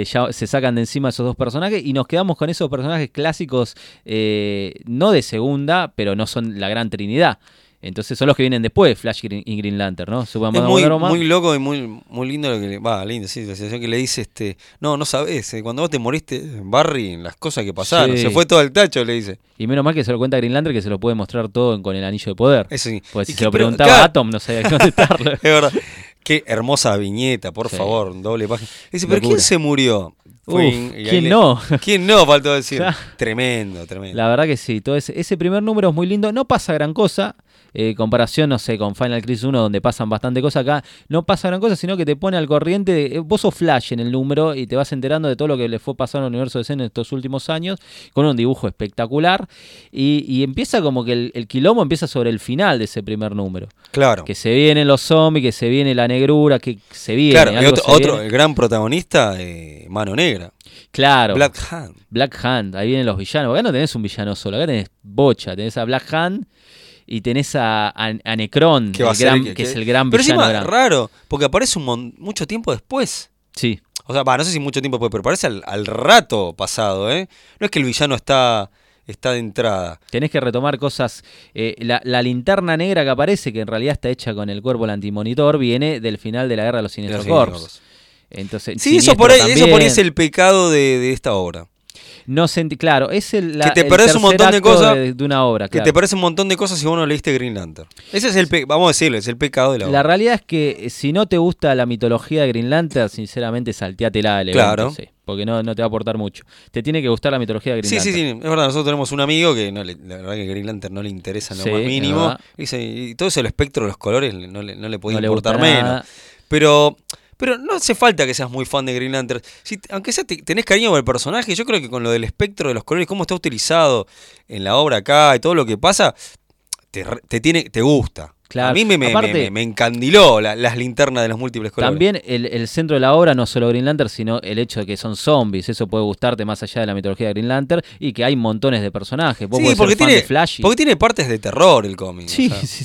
[SPEAKER 2] eh, ya se sacan de encima esos dos personajes y nos quedamos con esos personajes clásicos, eh, no de segunda, pero no son la gran trinidad. Entonces son los que vienen después, Flash Green- y Green Lantern, ¿no? Superman,
[SPEAKER 1] Es muy,
[SPEAKER 2] Wonder Woman.
[SPEAKER 1] muy loco y muy, muy lindo lo que le, va, lindo, sí, la sensación que le dice este, no, no sabes, eh, cuando vos te moriste, Barry, las cosas que pasaron,
[SPEAKER 2] Sí.
[SPEAKER 1] se fue todo al tacho, le dice.
[SPEAKER 2] Y menos mal que se lo cuenta Green Lantern que se lo puede mostrar todo en- con el anillo de poder.
[SPEAKER 1] Eso sí.
[SPEAKER 2] Pues
[SPEAKER 1] Y
[SPEAKER 2] si
[SPEAKER 1] que-
[SPEAKER 2] se lo
[SPEAKER 1] pero,
[SPEAKER 2] preguntaba
[SPEAKER 1] claro,
[SPEAKER 2] a Atom, no sabía qué contestarlo.
[SPEAKER 1] Es verdad. Qué hermosa viñeta, por
[SPEAKER 2] Sí.
[SPEAKER 1] favor, un doble página. Dice, pero
[SPEAKER 2] Locura.
[SPEAKER 1] ¿quién se murió? Fue
[SPEAKER 2] Uf,
[SPEAKER 1] in- y ahí
[SPEAKER 2] ¿quién
[SPEAKER 1] le-
[SPEAKER 2] no?
[SPEAKER 1] ¿Quién no? Faltó decir.
[SPEAKER 2] Claro.
[SPEAKER 1] Tremendo, tremendo.
[SPEAKER 2] La verdad que sí, todo ese, ese primer número es muy lindo, no pasa gran cosa, eh, comparación, no sé, con Final Crisis 1, donde pasan bastante cosas acá, no pasa gran cosa, sino que te pone al corriente, de, eh, vos sos flash en el número y te vas enterando de todo lo que le fue pasando al universo de Zen en estos últimos años, con un dibujo espectacular, y, y empieza como que el, el quilombo empieza sobre el final de ese primer número,
[SPEAKER 1] claro.
[SPEAKER 2] que se vienen los zombies, que se viene la negrura, que se viene...
[SPEAKER 1] claro, y
[SPEAKER 2] ¿eh? algo
[SPEAKER 1] otro,
[SPEAKER 2] se
[SPEAKER 1] otro, eh,
[SPEAKER 2] viene.
[SPEAKER 1] el gran protagonista, eh, Mano Negra.
[SPEAKER 2] claro.
[SPEAKER 1] Black Hand.
[SPEAKER 2] Black Hand, ahí vienen los villanos. Acá no tenés un villano solo, acá tenés Bocha, tenés a Black Hand y tenés a, a- a Necron,
[SPEAKER 1] que va a
[SPEAKER 2] el
[SPEAKER 1] ser
[SPEAKER 2] gran-
[SPEAKER 1] que-
[SPEAKER 2] que es
[SPEAKER 1] que-
[SPEAKER 2] el gran
[SPEAKER 1] pero
[SPEAKER 2] villano.
[SPEAKER 1] encima,
[SPEAKER 2] grande.
[SPEAKER 1] raro, porque aparece un mon- mucho tiempo después.
[SPEAKER 2] Sí,
[SPEAKER 1] O sea, va, no sé si mucho tiempo después, pero parece al, al rato pasado, ¿eh? No es que el villano está, está de entrada.
[SPEAKER 2] tenés que retomar cosas. eh, la, la linterna negra que aparece, que en realidad está hecha con el cuerpo del antimonitor, viene del final de la guerra de los Siniestro
[SPEAKER 1] De los Siniestro
[SPEAKER 2] Corps. Entonces,
[SPEAKER 1] pues. Sí, eso
[SPEAKER 2] Siniestro
[SPEAKER 1] por, ahí, eso por ahí
[SPEAKER 2] también.
[SPEAKER 1] es el pecado de, de esta obra.
[SPEAKER 2] No sentí, claro, es el, la-
[SPEAKER 1] Que te
[SPEAKER 2] el
[SPEAKER 1] perdés un
[SPEAKER 2] tercer
[SPEAKER 1] montón de
[SPEAKER 2] acto
[SPEAKER 1] cosas
[SPEAKER 2] de, de una obra.
[SPEAKER 1] Que
[SPEAKER 2] claro.
[SPEAKER 1] te parece un montón de cosas si vos no leíste Green Lantern. Ese es el, pe- vamos a decirlo, es el pecado de la obra.
[SPEAKER 2] La realidad es que eh, si no te gusta la mitología de Green Lantern, sinceramente salteatela del evento,
[SPEAKER 1] Claro.
[SPEAKER 2] sí, porque no, no te va a aportar mucho. Te tiene que gustar la mitología de Green
[SPEAKER 1] Sí, sí,
[SPEAKER 2] Lantern.
[SPEAKER 1] sí, es verdad. Nosotros tenemos un amigo que no le- la verdad que Green Lantern no le interesa en lo
[SPEAKER 2] Sí,
[SPEAKER 1] más
[SPEAKER 2] es
[SPEAKER 1] mínimo.
[SPEAKER 2] verdad.
[SPEAKER 1] Dice, y todo eso, el espectro de los colores, no le, no le podía
[SPEAKER 2] No le gusta
[SPEAKER 1] importar
[SPEAKER 2] nada.
[SPEAKER 1] menos. Pero, pero no hace falta que seas muy fan de Green Lantern. Si, t- aunque sea te- tenés cariño por el personaje, yo creo que con lo del espectro de los colores, cómo está utilizado en la obra acá y todo lo que pasa, te, re- te tiene, te gusta.
[SPEAKER 2] Claro.
[SPEAKER 1] A mí me, me-
[SPEAKER 2] Aparte-
[SPEAKER 1] me- me encandiló la- las linternas de los múltiples colores.
[SPEAKER 2] También el, el centro de la obra, no solo Green Lantern, sino el hecho de que son zombies. Eso puede gustarte más allá de la mitología de Green Lantern y que hay montones de personajes. Vos
[SPEAKER 1] Sí,
[SPEAKER 2] podés
[SPEAKER 1] porque
[SPEAKER 2] ser fan
[SPEAKER 1] tiene,
[SPEAKER 2] de Flash y-
[SPEAKER 1] porque tiene partes de terror el cómic. o
[SPEAKER 2] Sí,
[SPEAKER 1] sea.
[SPEAKER 2] sí,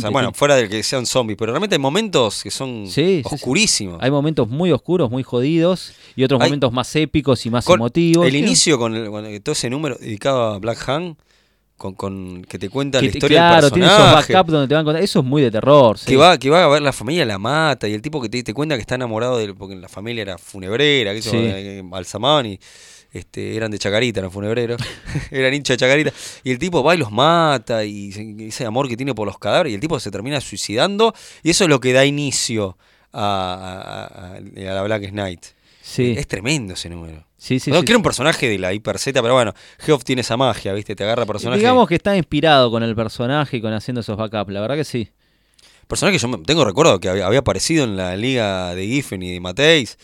[SPEAKER 1] O sea, bueno,
[SPEAKER 2] sí.
[SPEAKER 1] fuera del que sean zombies, pero realmente hay momentos que son
[SPEAKER 2] Sí, sí, sí.
[SPEAKER 1] oscurísimos.
[SPEAKER 2] Hay momentos muy oscuros, muy jodidos, y otros
[SPEAKER 1] Hay-
[SPEAKER 2] momentos más épicos y más
[SPEAKER 1] Con
[SPEAKER 2] emotivos.
[SPEAKER 1] el
[SPEAKER 2] Sí.
[SPEAKER 1] inicio con, el- con todo ese número dedicado a Black Han, con, con- que te cuenta
[SPEAKER 2] Que
[SPEAKER 1] la
[SPEAKER 2] te-
[SPEAKER 1] historia
[SPEAKER 2] claro,
[SPEAKER 1] del
[SPEAKER 2] tiene esos
[SPEAKER 1] personaje.
[SPEAKER 2] backups donde te van a contar. Eso es muy de terror. sí.
[SPEAKER 1] Que va, que va a ver la familia la mata y el tipo que te, te cuenta que está enamorado de porque la familia era funebrera, que eso,
[SPEAKER 2] Sí.
[SPEAKER 1] eh, balsamaban y este, eran de Chacarita, eran funebreros, eran hincha de Chacarita, y el tipo va y los mata y se- ese amor que tiene por los cadáveres y el tipo se termina suicidando y eso es lo que da inicio a, a- a- a la Black Knight.
[SPEAKER 2] Sí.
[SPEAKER 1] Es tremendo ese número.
[SPEAKER 2] Sí, sí,
[SPEAKER 1] no
[SPEAKER 2] sí.
[SPEAKER 1] quiero un personaje de la hiper Z, pero bueno, Geoff tiene esa magia, ¿viste? Te agarra personaje.
[SPEAKER 2] Digamos que está inspirado con el personaje y con haciendo esos backups, la verdad que sí.
[SPEAKER 1] personaje que yo me- tengo recuerdo que había, había aparecido en la liga de Giffen y de Mateis.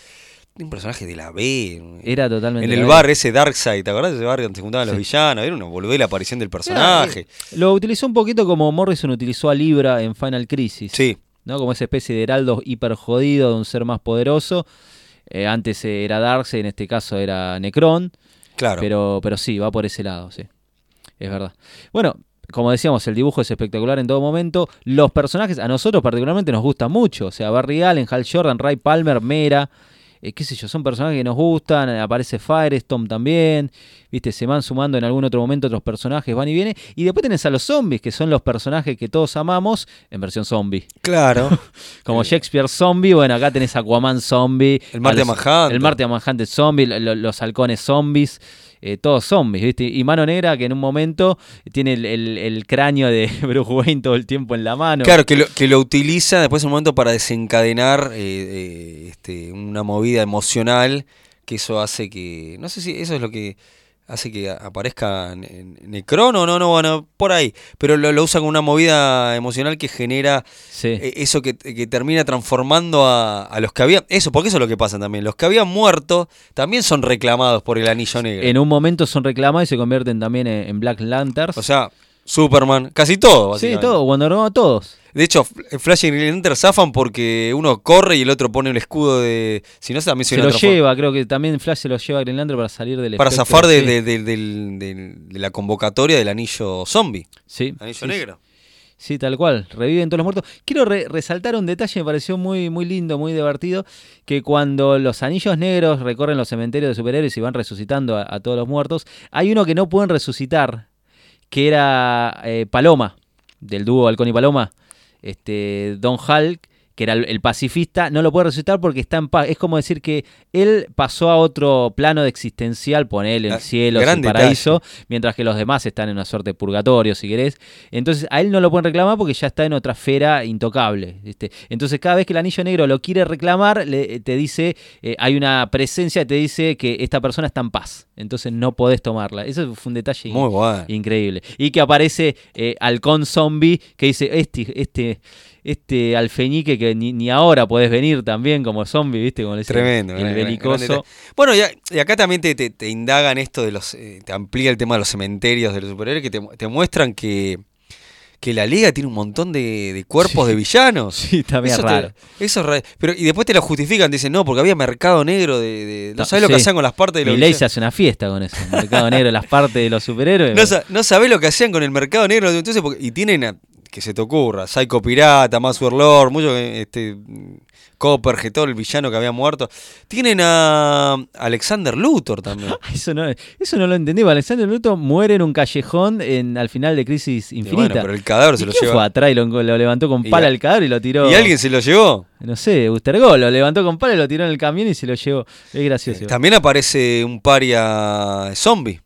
[SPEAKER 1] un personaje de la B.
[SPEAKER 2] Era totalmente.
[SPEAKER 1] En el
[SPEAKER 2] la B.
[SPEAKER 1] bar ese Darkseid, ¿te acordás de ese barrio donde se juntaban los villanos? Era una boludez la aparición del personaje.
[SPEAKER 2] Lo utilizó un poquito como Morrison utilizó a Libra en Final Crisis.
[SPEAKER 1] Sí,
[SPEAKER 2] ¿no? Como esa especie de heraldo hiper jodido de un ser más poderoso. Eh, antes eh, era Darkseid, en este caso era Necron.
[SPEAKER 1] claro.
[SPEAKER 2] Pero, pero sí, va por ese lado, sí. Es verdad. Bueno, como decíamos, el dibujo es espectacular en todo momento. Los personajes, a nosotros particularmente, nos gustan mucho. O sea, Barry Allen, Hal Jordan, Ray Palmer, Mera. eh, qué sé yo, son personajes que nos gustan, aparece Firestorm también, viste, se van sumando en algún otro momento otros personajes, van y vienen, y después tenés a los zombies, que son los personajes que todos amamos en versión zombie.
[SPEAKER 1] claro.
[SPEAKER 2] Como Shakespeare zombie, bueno, acá tenés Aquaman zombie.
[SPEAKER 1] Eh, El Marte
[SPEAKER 2] a los-
[SPEAKER 1] Manhunter.
[SPEAKER 2] El Marte Manhunter zombie, lo- lo- los halcones zombies, eh, todos zombies, ¿viste? Y Mano Negra que en un momento tiene el, el- el cráneo de Bruce Wayne todo el tiempo en la mano.
[SPEAKER 1] Claro, que lo, que lo utiliza después en un momento para desencadenar eh, eh, este, una movida emocional que eso hace que. No sé si eso es lo que hace que a- aparezca Ne- Ne- Necron o no, no, bueno, por ahí. Pero lo, lo usa con una movida emocional que genera
[SPEAKER 2] Sí.
[SPEAKER 1] eh, eso que, que termina transformando a, a los que habían. Eso, porque eso es lo que pasa también. Los que habían muerto también son reclamados por el anillo negro.
[SPEAKER 2] en un momento son reclamados y se convierten también en, en Black Lanterns.
[SPEAKER 1] o sea, Superman, casi todo,
[SPEAKER 2] sí,
[SPEAKER 1] básicamente.
[SPEAKER 2] todo, Wonder Woman, todos.
[SPEAKER 1] De hecho, F- Flash y Green Lantern zafan porque uno corre y el otro pone el escudo de. Si no, también
[SPEAKER 2] Se
[SPEAKER 1] una
[SPEAKER 2] lo
[SPEAKER 1] transform-
[SPEAKER 2] lleva, creo que también Flash se lo lleva a Green Lantern para salir del
[SPEAKER 1] Para
[SPEAKER 2] espectro,
[SPEAKER 1] zafar de,
[SPEAKER 2] sí.
[SPEAKER 1] de- de- del- del- de la convocatoria del anillo zombie.
[SPEAKER 2] Sí,
[SPEAKER 1] Anillo
[SPEAKER 2] sí,
[SPEAKER 1] negro.
[SPEAKER 2] Sí, tal cual, reviven todos los muertos. Quiero re- resaltar un detalle, me pareció muy, muy lindo, muy divertido, que cuando los anillos negros recorren los cementerios de superhéroes y van resucitando a, a todos los muertos, hay uno que no pueden resucitar, que era eh, Paloma, del dúo Halcón y Paloma, este, Don Hulk, que era el, el pacifista, no lo puede resucitar porque está en paz. Es como decir que él pasó a otro plano de existencial, ponele
[SPEAKER 1] Ah,
[SPEAKER 2] el cielo,
[SPEAKER 1] gran
[SPEAKER 2] el paraíso, mientras que los demás están en una suerte de purgatorio, si querés. Entonces a él no lo pueden reclamar porque ya está en otra esfera intocable. ¿viste? Entonces cada vez que el anillo negro lo quiere reclamar, le- te dice, eh, hay una presencia que te dice que esta persona está en paz. Entonces no podés tomarla. Eso fue un detalle
[SPEAKER 1] Muy bueno.
[SPEAKER 2] Increíble. Y que aparece eh, Halcón Zombie que dice, este, este, este alfeñique que ni, ni ahora podés venir también como zombie, ¿viste? Como le decía,
[SPEAKER 1] Tremendo.
[SPEAKER 2] El
[SPEAKER 1] gran- gran- gran
[SPEAKER 2] belicoso.
[SPEAKER 1] detalle. bueno, y, a- y acá también te, te- te indagan esto de los. eh, te amplía el tema de los cementerios de los superhéroes que te, mu- te muestran que. Que la liga tiene un montón de, de cuerpos de villanos.
[SPEAKER 2] Sí, está bien
[SPEAKER 1] eso te-
[SPEAKER 2] raro.
[SPEAKER 1] eso es raro. Pero, y después te lo justifican. Dicen, no, porque había mercado negro de. de- no
[SPEAKER 2] Ta-
[SPEAKER 1] sabes lo que
[SPEAKER 2] sí.
[SPEAKER 1] hacían con las partes de los
[SPEAKER 2] Milei
[SPEAKER 1] villanos.
[SPEAKER 2] se hace una fiesta con eso. Mercado Negro, las partes de los superhéroes.
[SPEAKER 1] No, sa- no sabés lo que hacían con el mercado negro. Entonces, porque- y tienen, a- que se te ocurra, Psycho Pirata, Master Lord, mucho, eh, este, mm, Copperhead, todo el villano que había muerto. Tienen a Alexander Luthor también.
[SPEAKER 2] Eso no, eso no lo entendí. Alexander Luthor muere en un callejón en, al final de Crisis
[SPEAKER 1] Y
[SPEAKER 2] Infinita.
[SPEAKER 1] bueno, pero el cadáver se
[SPEAKER 2] ¿Y
[SPEAKER 1] lo
[SPEAKER 2] quién fue
[SPEAKER 1] lleva.
[SPEAKER 2] atrás y lo, lo levantó con
[SPEAKER 1] Y
[SPEAKER 2] pala
[SPEAKER 1] a-
[SPEAKER 2] al cadáver y lo tiró?
[SPEAKER 1] ¿Y alguien se lo llevó?
[SPEAKER 2] No sé, Ustergol lo levantó con pala, lo tiró en el camión y se lo llevó. Es gracioso.
[SPEAKER 1] También aparece un paria zombie.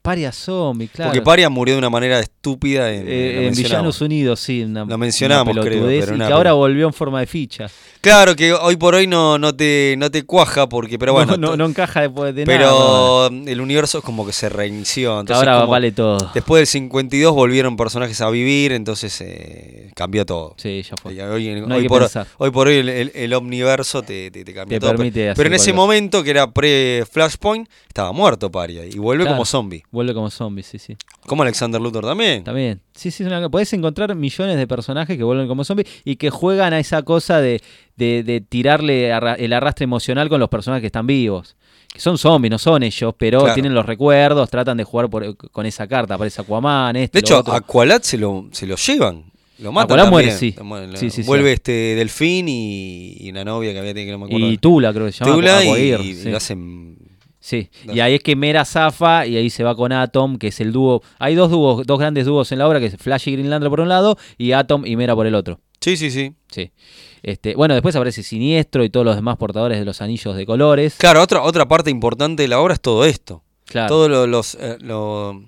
[SPEAKER 2] Paria zombie, claro.
[SPEAKER 1] Porque paria murió de una manera estúpida en,
[SPEAKER 2] Eh,
[SPEAKER 1] lo
[SPEAKER 2] en
[SPEAKER 1] mencionamos.
[SPEAKER 2] Villanos Unidos, sí. Una,
[SPEAKER 1] Lo mencionamos,
[SPEAKER 2] una
[SPEAKER 1] creo,
[SPEAKER 2] pelotudez,
[SPEAKER 1] pero
[SPEAKER 2] y
[SPEAKER 1] una
[SPEAKER 2] que ahora volvió en forma de ficha.
[SPEAKER 1] Claro que hoy por hoy no, no, te, no te cuaja porque, pero bueno,
[SPEAKER 2] no, no,
[SPEAKER 1] to-
[SPEAKER 2] no encaja después de nada. no, no.
[SPEAKER 1] pero el universo es como que se reinició.
[SPEAKER 2] Que
[SPEAKER 1] Entonces
[SPEAKER 2] ahora
[SPEAKER 1] como-
[SPEAKER 2] vale todo.
[SPEAKER 1] Después del 52 volvieron personajes a vivir, entonces eh, cambió todo.
[SPEAKER 2] Sí, ya fue.
[SPEAKER 1] Y Hoy, en-
[SPEAKER 2] No hay
[SPEAKER 1] hoy
[SPEAKER 2] que
[SPEAKER 1] por,
[SPEAKER 2] pensar.
[SPEAKER 1] hoy por hoy el, el- el omniverso te, te, te cambió
[SPEAKER 2] Te
[SPEAKER 1] todo.
[SPEAKER 2] permite
[SPEAKER 1] pero,
[SPEAKER 2] hacer
[SPEAKER 1] pero en ese
[SPEAKER 2] cualquier-
[SPEAKER 1] momento, que era pre-Flashpoint, estaba muerto Paria y vuelve
[SPEAKER 2] Claro.
[SPEAKER 1] como zombie.
[SPEAKER 2] Vuelve como zombie, sí, sí.
[SPEAKER 1] Como Alexander Luthor también.
[SPEAKER 2] También. Sí, sí, es una- podés encontrar millones de personajes que vuelven como zombies y que juegan a esa cosa de, de- de tirarle arra- el arrastre emocional con los personajes que están vivos. Que son zombies, no son ellos, pero
[SPEAKER 1] Claro.
[SPEAKER 2] tienen los recuerdos, tratan de jugar por- con esa carta. Aparece Aquaman, este.
[SPEAKER 1] De
[SPEAKER 2] lo
[SPEAKER 1] hecho,
[SPEAKER 2] otro.
[SPEAKER 1] a Aqualad se lo, se lo llevan. Lo matan
[SPEAKER 2] Aqualad
[SPEAKER 1] también.
[SPEAKER 2] muere, sí.
[SPEAKER 1] Lo mueren,
[SPEAKER 2] Sí, sí, sí.
[SPEAKER 1] vuelve este Delfín y, y una novia que había tenido que no me acuerdo.
[SPEAKER 2] y Tula, creo que se llama.
[SPEAKER 1] Tula y,
[SPEAKER 2] Aguirre,
[SPEAKER 1] y
[SPEAKER 2] sí.
[SPEAKER 1] lo hacen.
[SPEAKER 2] Sí, y
[SPEAKER 1] Dale.
[SPEAKER 2] ahí es que Mera zafa y ahí se va con Atom, que es el dúo. Hay dos dúos, dos grandes dúos en la obra, que es Flash y Green Lantern por un lado y Atom y Mera por el otro.
[SPEAKER 1] Sí, sí, sí.
[SPEAKER 2] Sí. Este, bueno, después aparece Siniestro y todos los demás portadores de los anillos de colores.
[SPEAKER 1] Claro, otra, otra parte importante de la obra es todo esto.
[SPEAKER 2] Claro.
[SPEAKER 1] Todo lo- los, eh, lo-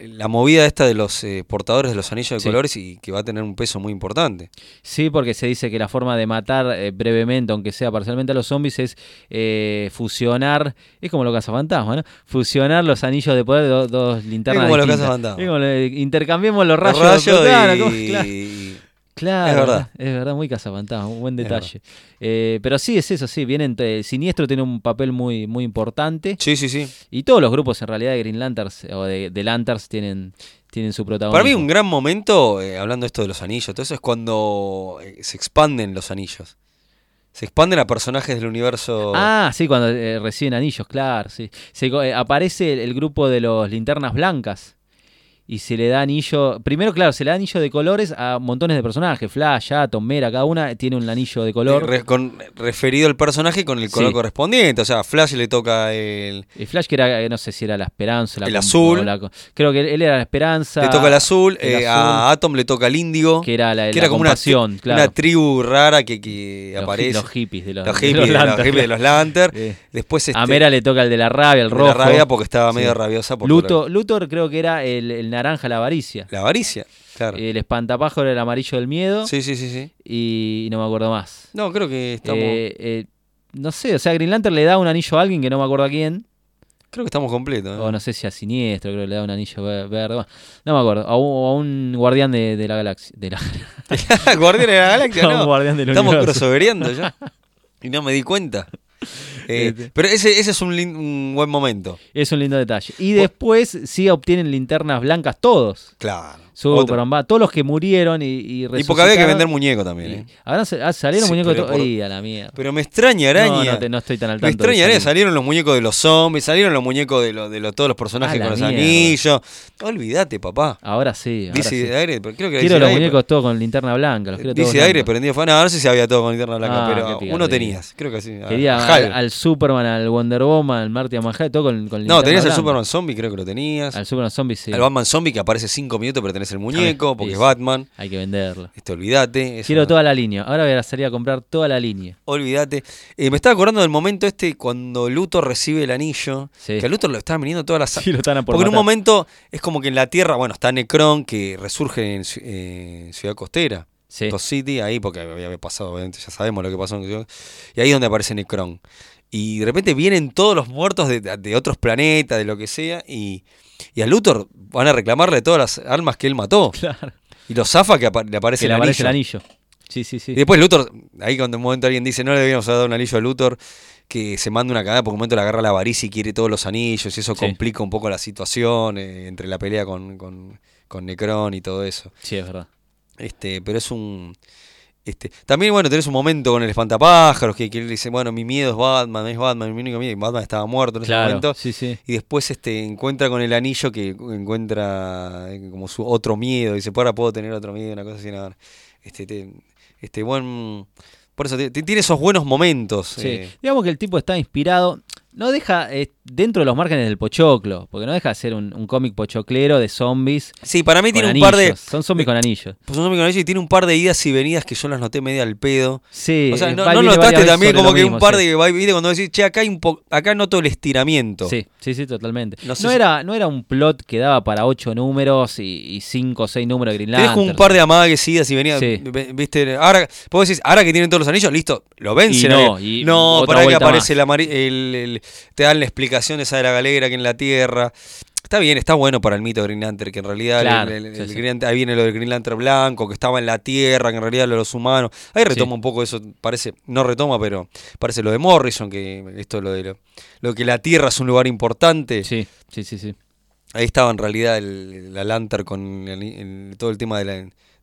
[SPEAKER 1] la movida esta de los eh, portadores de los anillos de
[SPEAKER 2] Sí.
[SPEAKER 1] colores y que va a tener un peso muy importante.
[SPEAKER 2] Sí, porque se dice que la forma de matar eh, brevemente, aunque sea parcialmente a los zombies, es eh, fusionar, es como los cazafantasmas, ¿no? Fusionar los anillos de poder de do- dos linternas
[SPEAKER 1] como los
[SPEAKER 2] distintas.
[SPEAKER 1] cazafantasmas.
[SPEAKER 2] Es como lo- intercambiemos eh, los rayos.
[SPEAKER 1] Los rayos
[SPEAKER 2] claro,
[SPEAKER 1] y,
[SPEAKER 2] como- claro.
[SPEAKER 1] y-
[SPEAKER 2] Claro,
[SPEAKER 1] Es verdad.
[SPEAKER 2] Es verdad, muy cazafantasma, un buen
[SPEAKER 1] Es verdad.
[SPEAKER 2] detalle. Eh, pero sí, es eso, sí. Vienen, el siniestro tiene un papel muy, muy importante.
[SPEAKER 1] Sí, sí, sí.
[SPEAKER 2] Y todos los grupos en realidad de Green Lanterns o de, de Lanterns tienen, tienen su protagonismo.
[SPEAKER 1] Para mí un gran momento, eh, hablando esto de los anillos, todo eso es cuando eh, se expanden los anillos. Se expanden a personajes del universo...
[SPEAKER 2] Ah, sí, cuando eh, reciben anillos, claro, sí. Se co- eh, aparece el, el grupo de los linternas blancas y se le da anillo. Primero, claro, se le da anillo de colores a montones de personajes. Flash, Atom, Mera, cada una tiene un anillo de
[SPEAKER 1] eh,
[SPEAKER 2] color.
[SPEAKER 1] re- con- referido al personaje con el color
[SPEAKER 2] Sí.
[SPEAKER 1] correspondiente. O sea, Flash le toca el,
[SPEAKER 2] Y Flash, que era, eh, no sé si era la esperanza, la
[SPEAKER 1] El
[SPEAKER 2] com-
[SPEAKER 1] azul.
[SPEAKER 2] o la co- creo que él- él era la esperanza.
[SPEAKER 1] le toca el azul,
[SPEAKER 2] el
[SPEAKER 1] eh,
[SPEAKER 2] azul.
[SPEAKER 1] a Atom le toca el índigo.
[SPEAKER 2] que era la,
[SPEAKER 1] que
[SPEAKER 2] la
[SPEAKER 1] era como una, tri-
[SPEAKER 2] compasión, claro.
[SPEAKER 1] una tribu rara que, que
[SPEAKER 2] Los hi-
[SPEAKER 1] aparece.
[SPEAKER 2] Los, hippies de los,
[SPEAKER 1] Los
[SPEAKER 2] de
[SPEAKER 1] hippies, de los
[SPEAKER 2] Lanterns,
[SPEAKER 1] hippies de los Lantern.
[SPEAKER 2] Eh,
[SPEAKER 1] Después este,
[SPEAKER 2] a Mera le toca el de la rabia, el
[SPEAKER 1] de
[SPEAKER 2] rojo.
[SPEAKER 1] la rabia porque estaba medio
[SPEAKER 2] Sí.
[SPEAKER 1] rabiosa por
[SPEAKER 2] Luto- Luthor creo que era el, el naranja, la avaricia.
[SPEAKER 1] la, la avaricia. Claro.
[SPEAKER 2] El espantapájaro era el amarillo del miedo.
[SPEAKER 1] sí, sí, sí, sí.
[SPEAKER 2] Y, no me acuerdo más.
[SPEAKER 1] No, creo que estamos,
[SPEAKER 2] Eh, eh, no sé, o sea, Green Lantern le da un anillo a alguien que no me acuerdo a quién.
[SPEAKER 1] creo que estamos completos. ¿eh?
[SPEAKER 2] O no sé si a Siniestro, creo que le da un anillo ver- verde. bueno, no me acuerdo. A un, o a un guardián de, de la galaxia. De la,
[SPEAKER 1] Guardianes ¿eh? de la Galaxia,
[SPEAKER 2] a un
[SPEAKER 1] no.
[SPEAKER 2] guardián del
[SPEAKER 1] Estamos
[SPEAKER 2] universo.
[SPEAKER 1] crossovereando ya. Y no me di cuenta. Eh,
[SPEAKER 2] Este.
[SPEAKER 1] pero ese, ese es un, lin- un buen momento.
[SPEAKER 2] Es un lindo detalle. Y después sí obtienen linternas blancas todos.
[SPEAKER 1] Claro. Otro.
[SPEAKER 2] Superman, va, todos los que murieron y, y
[SPEAKER 1] Y porque había que
[SPEAKER 2] resucitaron.
[SPEAKER 1] vender muñeco también.
[SPEAKER 2] Y-
[SPEAKER 1] ¿eh?
[SPEAKER 2] Habrán sa- ah, salieron
[SPEAKER 1] Sí,
[SPEAKER 2] muñecos de
[SPEAKER 1] pero
[SPEAKER 2] todo.
[SPEAKER 1] por-
[SPEAKER 2] Ey, a la mierda.
[SPEAKER 1] Pero me extraña, araña.
[SPEAKER 2] No, no, te- no estoy tan al
[SPEAKER 1] Me
[SPEAKER 2] tanto. de
[SPEAKER 1] extraña, araña.
[SPEAKER 2] salir.
[SPEAKER 1] Salieron los muñecos de los zombies, salieron los muñecos de, lo- de lo- todos los personajes
[SPEAKER 2] Ah, la
[SPEAKER 1] con los
[SPEAKER 2] mierda.
[SPEAKER 1] anillos. Olvídate, papá.
[SPEAKER 2] Ahora sí. ahora
[SPEAKER 1] Dice
[SPEAKER 2] sí.
[SPEAKER 1] de aire, pero creo que era
[SPEAKER 2] Quiero
[SPEAKER 1] Dizzy
[SPEAKER 2] los
[SPEAKER 1] de aire,
[SPEAKER 2] muñecos todos con linterna blanca. Los
[SPEAKER 1] pero-
[SPEAKER 2] quiero todos
[SPEAKER 1] Dizzy de aire,
[SPEAKER 2] blancos.
[SPEAKER 1] prendido fan. No, no sé si había todo con linterna blanca,
[SPEAKER 2] Ah,
[SPEAKER 1] pero
[SPEAKER 2] qué
[SPEAKER 1] uno
[SPEAKER 2] picardía.
[SPEAKER 1] tenías. Creo que sí. a-
[SPEAKER 2] Quería
[SPEAKER 1] a
[SPEAKER 2] al,
[SPEAKER 1] Hulk.
[SPEAKER 2] al Superman, al Wonder Woman, al Marty Manhattan, todo con, con
[SPEAKER 1] no,
[SPEAKER 2] linterna
[SPEAKER 1] tenías al
[SPEAKER 2] blanca.
[SPEAKER 1] Superman Zombie, creo que lo tenías.
[SPEAKER 2] Al Superman Zombie, sí.
[SPEAKER 1] Al Batman Zombie que aparece 5 minutos, pero tenés el muñeco, porque
[SPEAKER 2] sí,
[SPEAKER 1] es
[SPEAKER 2] sí.
[SPEAKER 1] Batman.
[SPEAKER 2] Hay que venderlo.
[SPEAKER 1] Este, olvídate. eso
[SPEAKER 2] Quiero
[SPEAKER 1] no-
[SPEAKER 2] toda la línea. Ahora voy a salir a comprar toda la línea.
[SPEAKER 1] Olvídate. Eh, me estaba acordando del momento este cuando Luthor recibe el anillo.
[SPEAKER 2] Sí.
[SPEAKER 1] Que a Luthor lo estaban viniendo todas las.
[SPEAKER 2] Sí, lo están a por
[SPEAKER 1] Porque en un
[SPEAKER 2] matar.
[SPEAKER 1] momento es como que en la Tierra, bueno, está Necron que resurge en Ci- eh, Ciudad Costera.
[SPEAKER 2] Sí.
[SPEAKER 1] Coast City, ahí porque había había pasado, obviamente, ya sabemos lo que pasó. en Ciudad- Y ahí es donde aparece Necron. Y de repente vienen todos los muertos de, de otros planetas, de lo que sea, y, y a Luthor van a reclamarle todas las armas que él mató.
[SPEAKER 2] Claro.
[SPEAKER 1] Y lo zafa que apa- le aparece,
[SPEAKER 2] Que le
[SPEAKER 1] el,
[SPEAKER 2] aparece el
[SPEAKER 1] anillo.
[SPEAKER 2] anillo. Sí, sí, sí.
[SPEAKER 1] Y después Luthor, ahí cuando en un momento alguien dice, no le deberíamos haber dado un anillo a Luthor, que se manda una cagada, porque en un momento le agarra la avaricia y quiere todos los anillos, y eso
[SPEAKER 2] Sí.
[SPEAKER 1] complica un poco la situación eh, entre la pelea con, con, con Necron y todo eso.
[SPEAKER 2] Sí, es verdad.
[SPEAKER 1] Este, pero es un. Este, también, bueno, tenés un momento con el espantapájaros, que, que él dice, bueno, mi miedo es Batman, es Batman, mi único miedo, y Batman estaba muerto en ese
[SPEAKER 2] Claro.
[SPEAKER 1] momento.
[SPEAKER 2] Sí, sí.
[SPEAKER 1] Y después este, encuentra con el anillo que encuentra eh, como su otro miedo. Dice, por ahora puedo tener otro miedo, una cosa así. nada. Este, te- este buen. Por eso te- te- tiene esos buenos momentos.
[SPEAKER 2] Sí.
[SPEAKER 1] eh.
[SPEAKER 2] Digamos que el tipo está inspirado. No deja eh, dentro de los márgenes del pochoclo, porque no deja de ser un, un cómic pochoclero de zombies.
[SPEAKER 1] Sí, para mí
[SPEAKER 2] con
[SPEAKER 1] tiene un
[SPEAKER 2] anillos.
[SPEAKER 1] par de.
[SPEAKER 2] Son zombies con anillos.
[SPEAKER 1] Pues un hombre con anillo y tiene un par de idas y venidas que yo las noté media al pedo.
[SPEAKER 2] Sí.
[SPEAKER 1] O sea,
[SPEAKER 2] eh,
[SPEAKER 1] no,
[SPEAKER 2] va y
[SPEAKER 1] no
[SPEAKER 2] viene varias
[SPEAKER 1] notaste
[SPEAKER 2] veces
[SPEAKER 1] también
[SPEAKER 2] sobre
[SPEAKER 1] como
[SPEAKER 2] lo
[SPEAKER 1] que
[SPEAKER 2] mismo,
[SPEAKER 1] un par
[SPEAKER 2] sí.
[SPEAKER 1] de. Viste cuando decís, che, acá, hay un po- acá noto el estiramiento.
[SPEAKER 2] Sí, sí, sí, totalmente.
[SPEAKER 1] No
[SPEAKER 2] No,
[SPEAKER 1] sé si-
[SPEAKER 2] era, no era un plot que daba para ocho números y, y cinco o seis números de Green
[SPEAKER 1] Tenés como
[SPEAKER 2] Lantern.
[SPEAKER 1] un par de amagues, idas y venidas.
[SPEAKER 2] Sí.
[SPEAKER 1] ve- Viste, ahora, vos decís, ahora que tienen todos los anillos, listo, lo
[SPEAKER 2] Y
[SPEAKER 1] vencen.
[SPEAKER 2] no,
[SPEAKER 1] eh.
[SPEAKER 2] y
[SPEAKER 1] no
[SPEAKER 2] otra
[SPEAKER 1] por ahí que
[SPEAKER 2] vuelta
[SPEAKER 1] aparece
[SPEAKER 2] más.
[SPEAKER 1] el, amari- el- el- Te dan la explicación esa de la galera que en la tierra. Está bien, está bueno para el mito de Green Lantern, que en realidad el-
[SPEAKER 2] Claro,
[SPEAKER 1] el- el-
[SPEAKER 2] sí,
[SPEAKER 1] el
[SPEAKER 2] sí.
[SPEAKER 1] Green Lantern- ahí viene lo del Green Lantern blanco, que estaba en la tierra, que en realidad lo de los humanos. Ahí retoma un poco eso, parece, no retoma, pero parece lo de Morrison, que esto es lo de lo, lo que la tierra es un lugar importante.
[SPEAKER 2] Sí, sí, sí, sí.
[SPEAKER 1] Ahí estaba en realidad el- la Lantern con el- el- todo el tema de la,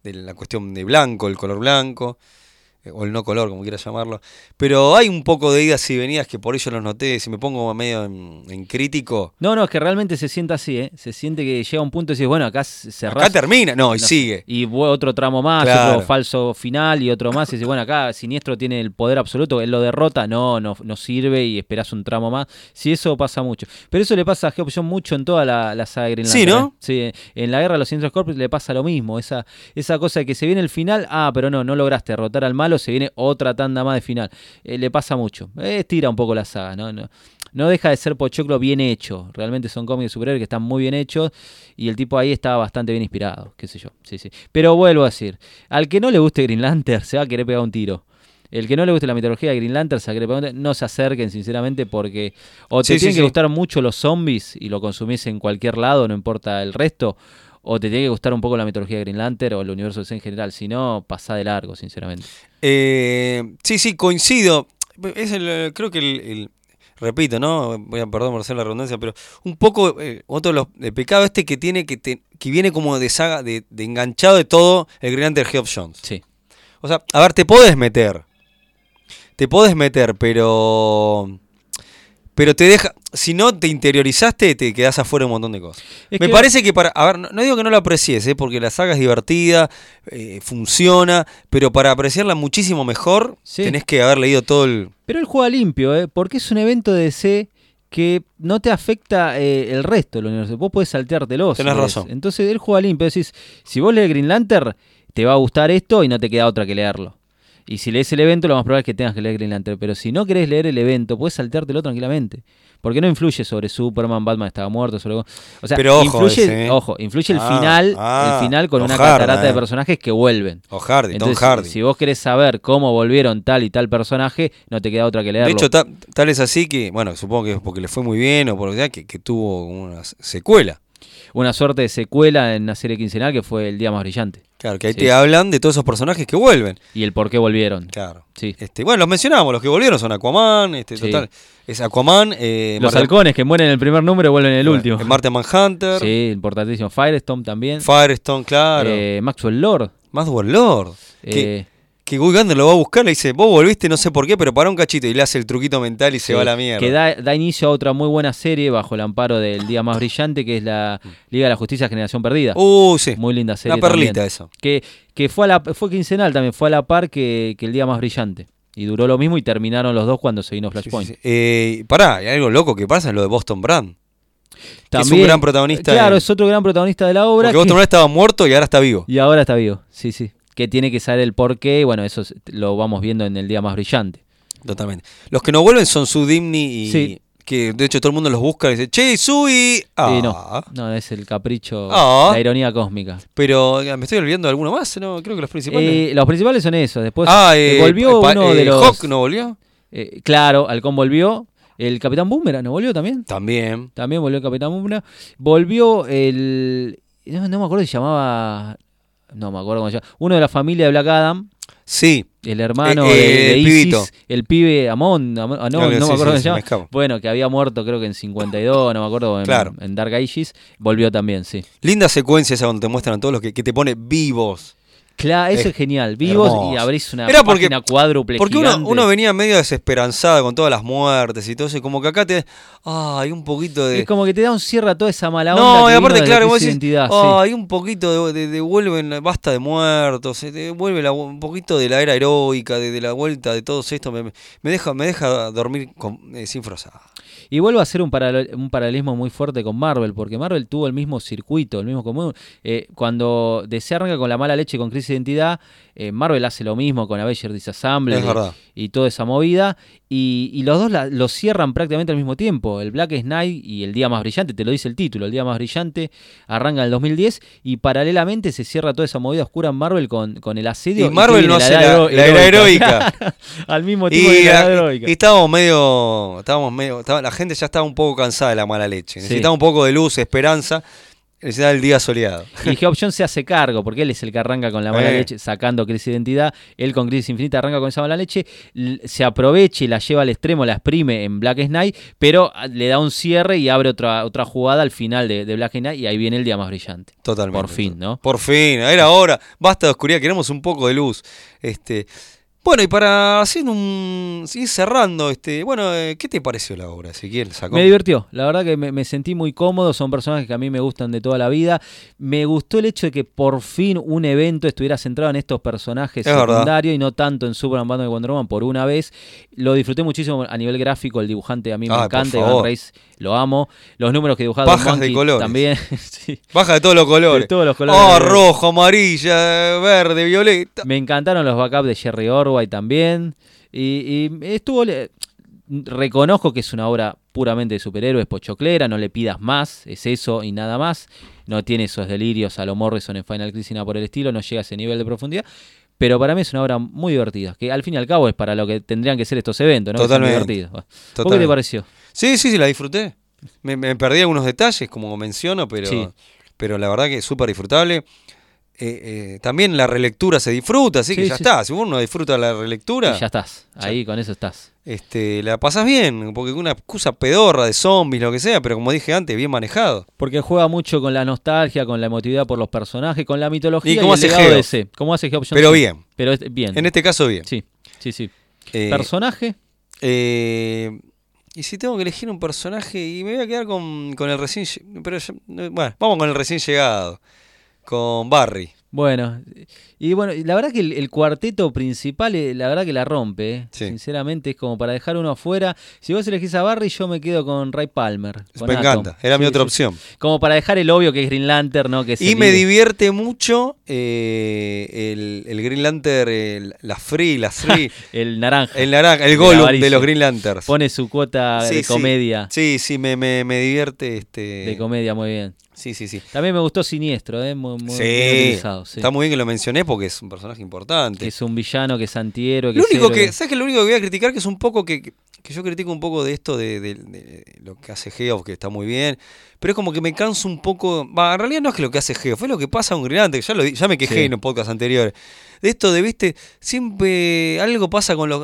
[SPEAKER 1] de la cuestión de blanco, el color blanco, eh, o el no color, como quieras llamarlo. Pero hay un poco de idas y venidas que por ello los noté. Si me pongo medio en, en crítico,
[SPEAKER 2] No, no, es que realmente se siente así, ¿eh? Se siente que llega un punto y dices, bueno, acá c- cerrás.
[SPEAKER 1] acá termina. No, y
[SPEAKER 2] no sé,
[SPEAKER 1] sigue.
[SPEAKER 2] Y vu- otro tramo más,
[SPEAKER 1] Claro.
[SPEAKER 2] otro falso final y otro más. Y dices, bueno, acá Siniestro tiene el poder absoluto, él lo derrota, no, no, no sirve y esperás un tramo más. Sí, eso pasa mucho. Pero eso le pasa a Geoff John mucho en toda la, la saga de Green
[SPEAKER 1] Sí,
[SPEAKER 2] Lantern,
[SPEAKER 1] ¿no?
[SPEAKER 2] ¿eh? Sí, eh, en la guerra de los Siniestros Corps le pasa lo mismo. Esa, esa cosa de que se viene el final, ah, pero no, no lograste derrotar al malo, se viene otra tanda más de final. Eh, le pasa mucho. Eh, estira un poco la saga, ¿no? no no deja de ser pochoclo bien hecho. Realmente son cómics de superhéroes que están muy bien hechos y el tipo ahí estaba bastante bien inspirado, qué sé yo. Sí, sí. Pero vuelvo a decir, al que no le guste Green Lantern se va a querer pegar un tiro. El que no le guste la mitología de Green Lantern se va a querer pegar un tiro. No se acerquen, sinceramente, porque o te
[SPEAKER 1] Sí, sí,
[SPEAKER 2] tienen que
[SPEAKER 1] sí.
[SPEAKER 2] gustar mucho los zombies y lo consumís en cualquier lado, no importa el resto, o te tiene que gustar un poco la mitología de Green Lantern o el universo DC en general, si no, pasa de largo, sinceramente.
[SPEAKER 1] Eh, sí, sí, coincido. Es el, creo que el, el- repito, ¿no? Voy a- perdón por hacer la redundancia, pero un poco eh, otro de los el pecado este que tiene que te- que viene como de saga de, de enganchado de todo el Green Lantern Geoff Jones.
[SPEAKER 2] Sí.
[SPEAKER 1] O sea, a ver, te podés meter. Te podés meter, pero pero te deja si no te interiorizaste te quedás afuera un montón de cosas.
[SPEAKER 2] Es
[SPEAKER 1] Me
[SPEAKER 2] que-
[SPEAKER 1] parece que para. A ver, no, no digo que no la aprecies, ¿eh? porque la saga es divertida, eh, funciona, pero para apreciarla muchísimo mejor
[SPEAKER 2] Sí.
[SPEAKER 1] tenés que haber leído todo el.
[SPEAKER 2] Pero él juega limpio, ¿eh? porque es un evento de DC que no te afecta eh, el resto del universo. Vos podés salteártelo. si
[SPEAKER 1] Tenés
[SPEAKER 2] querés.
[SPEAKER 1] razón.
[SPEAKER 2] Entonces él juega limpio. Decís, si vos lees Green Lantern, te va a gustar esto y no te queda otra que leerlo. Y si lees el evento, lo más probable es que tengas que leer Green Lantern. Pero si no querés leer el evento, podés salteártelo tranquilamente. Porque no influye sobre Superman, Batman estaba muerto, sobre... O sea,
[SPEAKER 1] Pero ojo
[SPEAKER 2] influye,
[SPEAKER 1] ese, ¿eh?
[SPEAKER 2] ojo, influye el
[SPEAKER 1] Ah,
[SPEAKER 2] final,
[SPEAKER 1] ah,
[SPEAKER 2] el final con
[SPEAKER 1] Tom
[SPEAKER 2] una
[SPEAKER 1] Hardy,
[SPEAKER 2] catarata
[SPEAKER 1] eh.
[SPEAKER 2] de personajes que vuelven.
[SPEAKER 1] O Hardy,
[SPEAKER 2] Entonces,
[SPEAKER 1] Tom Hardy.
[SPEAKER 2] si vos querés saber cómo volvieron tal y tal personaje, no te queda otra que leerlo.
[SPEAKER 1] de hecho, ta- tal es así que, bueno, supongo que es porque le fue muy bien o por lo que sea, que, que tuvo una s- secuela.
[SPEAKER 2] Una suerte de secuela en una serie quincenal que fue El Día Más Brillante.
[SPEAKER 1] Claro, que ahí
[SPEAKER 2] Sí.
[SPEAKER 1] te hablan de todos esos personajes que vuelven.
[SPEAKER 2] Y el por qué volvieron.
[SPEAKER 1] Claro.
[SPEAKER 2] Sí.
[SPEAKER 1] Este, bueno, los mencionamos, los que volvieron son Aquaman, este,
[SPEAKER 2] Sí.
[SPEAKER 1] total. Es Aquaman, eh,
[SPEAKER 2] Los
[SPEAKER 1] Marta-
[SPEAKER 2] halcones que mueren en el primer número vuelven en el
[SPEAKER 1] bueno,
[SPEAKER 2] último.
[SPEAKER 1] eh, Marta Manhunter,
[SPEAKER 2] Sí, importantísimo. Firestorm también.
[SPEAKER 1] Firestone, claro.
[SPEAKER 2] Eh, Maxwell Lord.
[SPEAKER 1] Maxwell Lord. que-
[SPEAKER 2] Eh,
[SPEAKER 1] Que Guy Gardner lo va a buscar, le dice, vos volviste, no sé por qué, pero para un cachito. Y le hace el truquito mental y se
[SPEAKER 2] sí,
[SPEAKER 1] va a la mierda.
[SPEAKER 2] Que da, da inicio a otra muy buena serie bajo el amparo del Día Más Brillante, que es la Liga de la Justicia Generación Perdida.
[SPEAKER 1] Uh, sí.
[SPEAKER 2] muy linda serie.
[SPEAKER 1] Una perlita
[SPEAKER 2] también.
[SPEAKER 1] eso.
[SPEAKER 2] Que, que fue, a la, fue quincenal también, fue a la par que, que el Día Más Brillante. Y duró lo mismo y terminaron los dos cuando se vino
[SPEAKER 1] Sí,
[SPEAKER 2] Flashpoint.
[SPEAKER 1] sí, sí. Eh, pará, hay algo loco que pasa, lo de Boston Brand. Que es un
[SPEAKER 2] También-
[SPEAKER 1] gran protagonista
[SPEAKER 2] Claro,
[SPEAKER 1] de-
[SPEAKER 2] es otro gran protagonista de la obra.
[SPEAKER 1] Porque Boston
[SPEAKER 2] que-
[SPEAKER 1] Brand estaba muerto y ahora está vivo.
[SPEAKER 2] Y ahora está vivo, sí, sí. Que tiene que saber el porqué. y Bueno, eso es- lo vamos viendo en el día más brillante.
[SPEAKER 1] Totalmente. Los que no vuelven son Sue Dimney y...
[SPEAKER 2] Sí.
[SPEAKER 1] Que de hecho todo el mundo los busca y dice, che, Sui. Ah,
[SPEAKER 2] Sí, no, no, es el capricho,
[SPEAKER 1] Ah.
[SPEAKER 2] la ironía cósmica.
[SPEAKER 1] Pero eh, me estoy olvidando de alguno más, ¿no? Creo que los principales.
[SPEAKER 2] Eh, los principales son esos. Después
[SPEAKER 1] ah,
[SPEAKER 2] eh,
[SPEAKER 1] eh,
[SPEAKER 2] volvió
[SPEAKER 1] pa-
[SPEAKER 2] uno
[SPEAKER 1] eh,
[SPEAKER 2] de los.
[SPEAKER 1] Hawk no volvió.
[SPEAKER 2] eh, claro, Halcón volvió. El Capitán Boomerang ¿no volvió también?
[SPEAKER 1] También.
[SPEAKER 2] También volvió el Capitán Boomerang. Volvió el. No, no me acuerdo si llamaba. No me acuerdo cómo se llama. Uno de la familia de Black Adam.
[SPEAKER 1] Sí.
[SPEAKER 2] El hermano
[SPEAKER 1] Eh, eh,
[SPEAKER 2] de, de
[SPEAKER 1] el
[SPEAKER 2] Isis,
[SPEAKER 1] pibito.
[SPEAKER 2] el pibe Amon, Amon- ah, no,
[SPEAKER 1] Creo que
[SPEAKER 2] no
[SPEAKER 1] sí,
[SPEAKER 2] me acuerdo
[SPEAKER 1] sí,
[SPEAKER 2] cómo se
[SPEAKER 1] sí,
[SPEAKER 2] llama.
[SPEAKER 1] me escapa.
[SPEAKER 2] Bueno, que había muerto creo que en 52, no me acuerdo, en,
[SPEAKER 1] Claro.
[SPEAKER 2] en Dark Ages, volvió también, sí.
[SPEAKER 1] Linda secuencia esa donde te muestran a todos los que, que te pone vivos.
[SPEAKER 2] Claro, eso
[SPEAKER 1] Es
[SPEAKER 2] es, genial, vivos
[SPEAKER 1] hermoso.
[SPEAKER 2] y abrís una
[SPEAKER 1] Era porque-
[SPEAKER 2] página cuádruple
[SPEAKER 1] Porque uno,
[SPEAKER 2] gigante.
[SPEAKER 1] uno venía medio desesperanzado con todas las muertes y todo eso, y como que acá te. Ah, hay un poquito de.
[SPEAKER 2] Es como que te da un cierre a toda esa mala onda
[SPEAKER 1] no,
[SPEAKER 2] que
[SPEAKER 1] y
[SPEAKER 2] vino
[SPEAKER 1] aparte,
[SPEAKER 2] desde
[SPEAKER 1] claro,
[SPEAKER 2] esa
[SPEAKER 1] vos decís,
[SPEAKER 2] identidad, sí.
[SPEAKER 1] ah, hay un poquito de, de- de vuelven- basta de muertos, eh, de- vuelve la- un poquito de la era heroica, de, de la vuelta de todos esto, me, me deja, me deja dormir con- eh, sin frozada.
[SPEAKER 2] Y vuelvo a hacer un, paralel- un paralelismo muy fuerte con Marvel, porque Marvel tuvo el mismo circuito, el mismo común. Eh, cuando DC arranca con la mala leche con crisis de identidad, eh, Marvel hace lo mismo con Avenger Disassemble
[SPEAKER 1] Es verdad.
[SPEAKER 2] y, y toda esa movida. Y, y los dos la- lo cierran prácticamente al mismo tiempo. El Black Knight y El Día Más Brillante, te lo dice el título, El Día Más Brillante arranca en el 2010 y paralelamente se cierra toda esa movida oscura en Marvel con, con el
[SPEAKER 1] Y,
[SPEAKER 2] asedio. que
[SPEAKER 1] Marvel
[SPEAKER 2] viene
[SPEAKER 1] no hace la,
[SPEAKER 2] hero-
[SPEAKER 1] la era heroica.
[SPEAKER 2] al mismo tiempo
[SPEAKER 1] y,
[SPEAKER 2] que la
[SPEAKER 1] la-
[SPEAKER 2] era heroica.
[SPEAKER 1] y estábamos medio. Estábamos medio. estaba- la gente ya estaba un poco cansada de la mala leche.
[SPEAKER 2] Sí.
[SPEAKER 1] Necesitaba un poco de luz, esperanza. Necesitaba el día soleado.
[SPEAKER 2] Y Geoff Jones se hace cargo, porque él es el que arranca con la mala
[SPEAKER 1] Eh.
[SPEAKER 2] leche, sacando crisis de identidad. Él con crisis infinita arranca con esa mala leche, l- se aprovecha y la lleva al extremo, la exprime en Black Knight, pero ah, le da un cierre y abre otra, otra jugada al final de, de Black Knight y ahí viene el día más brillante.
[SPEAKER 1] Totalmente.
[SPEAKER 2] Por fin, ¿no?
[SPEAKER 1] Por fin, era hora. Basta de oscuridad, queremos un poco de luz. Este, bueno, y para hacer un. ir cerrando, este, bueno, eh, ¿qué te pareció la obra? Si quieres, sacó.
[SPEAKER 2] Me divertió, la verdad que me, me sentí muy cómodo, son personajes que a mí me gustan de toda la vida. Me gustó el hecho de que por fin un evento estuviera centrado en estos personajes
[SPEAKER 1] Es verdad.
[SPEAKER 2] secundarios y no tanto en Superman, Batman y Wonder Woman por una vez. Lo disfruté muchísimo a nivel gráfico, el dibujante a mí me
[SPEAKER 1] Ay, por
[SPEAKER 2] encanta,
[SPEAKER 1] favor.
[SPEAKER 2] Iván Reis lo amo. Los números que dibujaba
[SPEAKER 1] Pajas de
[SPEAKER 2] Monkey
[SPEAKER 1] colores.
[SPEAKER 2] también. sí.
[SPEAKER 1] Baja de todos los colores.
[SPEAKER 2] De todos los colores.
[SPEAKER 1] Oh, rojo, amarilla, verde, violeta.
[SPEAKER 2] Me encantaron los backups de Jerry Orway también. Y, y estuvo. le- reconozco que es una obra puramente de superhéroes, pochoclera, no le pidas más, es eso y nada más. No tiene esos delirios a lo Morrison en Final Crisis, nada por el estilo, no llega a ese nivel de profundidad. Pero para mí es una obra muy divertida, que al fin y al cabo es para lo que tendrían que ser estos eventos, ¿no? Que sean
[SPEAKER 1] Totalmente.
[SPEAKER 2] divertidos. ¿Vos qué
[SPEAKER 1] Totalmente.
[SPEAKER 2] te pareció?
[SPEAKER 1] Sí, sí, sí, la disfruté. Me, me perdí algunos detalles, como menciono, pero.
[SPEAKER 2] Sí.
[SPEAKER 1] pero la verdad que es súper disfrutable. Eh, eh, también la relectura se disfruta, así que
[SPEAKER 2] Sí,
[SPEAKER 1] ya
[SPEAKER 2] sí.
[SPEAKER 1] está. Si uno disfruta la relectura,
[SPEAKER 2] Y ya estás. Ahí con eso estás.
[SPEAKER 1] este, la pasás bien, porque una excusa pedorra de zombies, lo que sea, pero como dije antes, bien manejado.
[SPEAKER 2] Porque juega mucho con la nostalgia, con la emotividad por los personajes, con la mitología
[SPEAKER 1] ¿Y
[SPEAKER 2] y,
[SPEAKER 1] cómo
[SPEAKER 2] el
[SPEAKER 1] hace
[SPEAKER 2] legado
[SPEAKER 1] Geo?
[SPEAKER 2] de ese. ¿Cómo hace Geoff Johns?
[SPEAKER 1] Pero bien.
[SPEAKER 2] Pero es- bien.
[SPEAKER 1] En este caso, bien.
[SPEAKER 2] Sí, sí, sí.
[SPEAKER 1] Eh,
[SPEAKER 2] Personaje,
[SPEAKER 1] eh, y si tengo que elegir un personaje, y me voy a quedar con, con el recién. lle- Pero ya- bueno, vamos con el recién llegado. Con Barry.
[SPEAKER 2] bueno. Y bueno, y la verdad que el, el cuarteto principal, eh, la verdad que la rompe. eh.
[SPEAKER 1] Sí.
[SPEAKER 2] Sinceramente, es como para dejar uno afuera. Si vos elegís a Barry, yo me quedo con Ray Palmer. con
[SPEAKER 1] Pues Me
[SPEAKER 2] Atom.
[SPEAKER 1] encanta, era mi
[SPEAKER 2] Sí,
[SPEAKER 1] otra
[SPEAKER 2] sí.
[SPEAKER 1] opción.
[SPEAKER 2] Como para dejar el obvio que es Green Lantern, ¿no? Que es
[SPEAKER 1] Y
[SPEAKER 2] el
[SPEAKER 1] me
[SPEAKER 2] líder.
[SPEAKER 1] divierte mucho eh, el, el Green Lantern, el- la Free, la Free,
[SPEAKER 2] El naranja.
[SPEAKER 1] el naranja, el
[SPEAKER 2] El
[SPEAKER 1] Gollum de
[SPEAKER 2] amarillo.
[SPEAKER 1] los Green Lanterns.
[SPEAKER 2] Pone su cuota
[SPEAKER 1] Sí,
[SPEAKER 2] de
[SPEAKER 1] sí.
[SPEAKER 2] comedia.
[SPEAKER 1] Sí, sí, me, me- me divierte. Este...
[SPEAKER 2] De comedia, muy bien.
[SPEAKER 1] Sí, sí, sí.
[SPEAKER 2] También me gustó Siniestro, ¿eh? Muy, muy
[SPEAKER 1] Sí,
[SPEAKER 2] bien utilizado. sí.
[SPEAKER 1] Está muy bien que lo mencioné porque es un personaje
[SPEAKER 2] Que
[SPEAKER 1] importante.
[SPEAKER 2] es un villano, que es antihéroe. Que
[SPEAKER 1] Lo
[SPEAKER 2] es
[SPEAKER 1] único
[SPEAKER 2] héroe.
[SPEAKER 1] que, ¿sabes que Lo único que voy a criticar que es un poco que, que yo critico un poco de esto de, de- de lo que hace Geoff, que está muy bien, pero es como que me canso un poco. Va, en realidad no es que lo que hace Geoff, es lo que pasa a un grinante, ya, lo, di- ya me quejé
[SPEAKER 2] Sí.
[SPEAKER 1] en los podcasts anteriores. De esto de, viste, siempre algo pasa con los,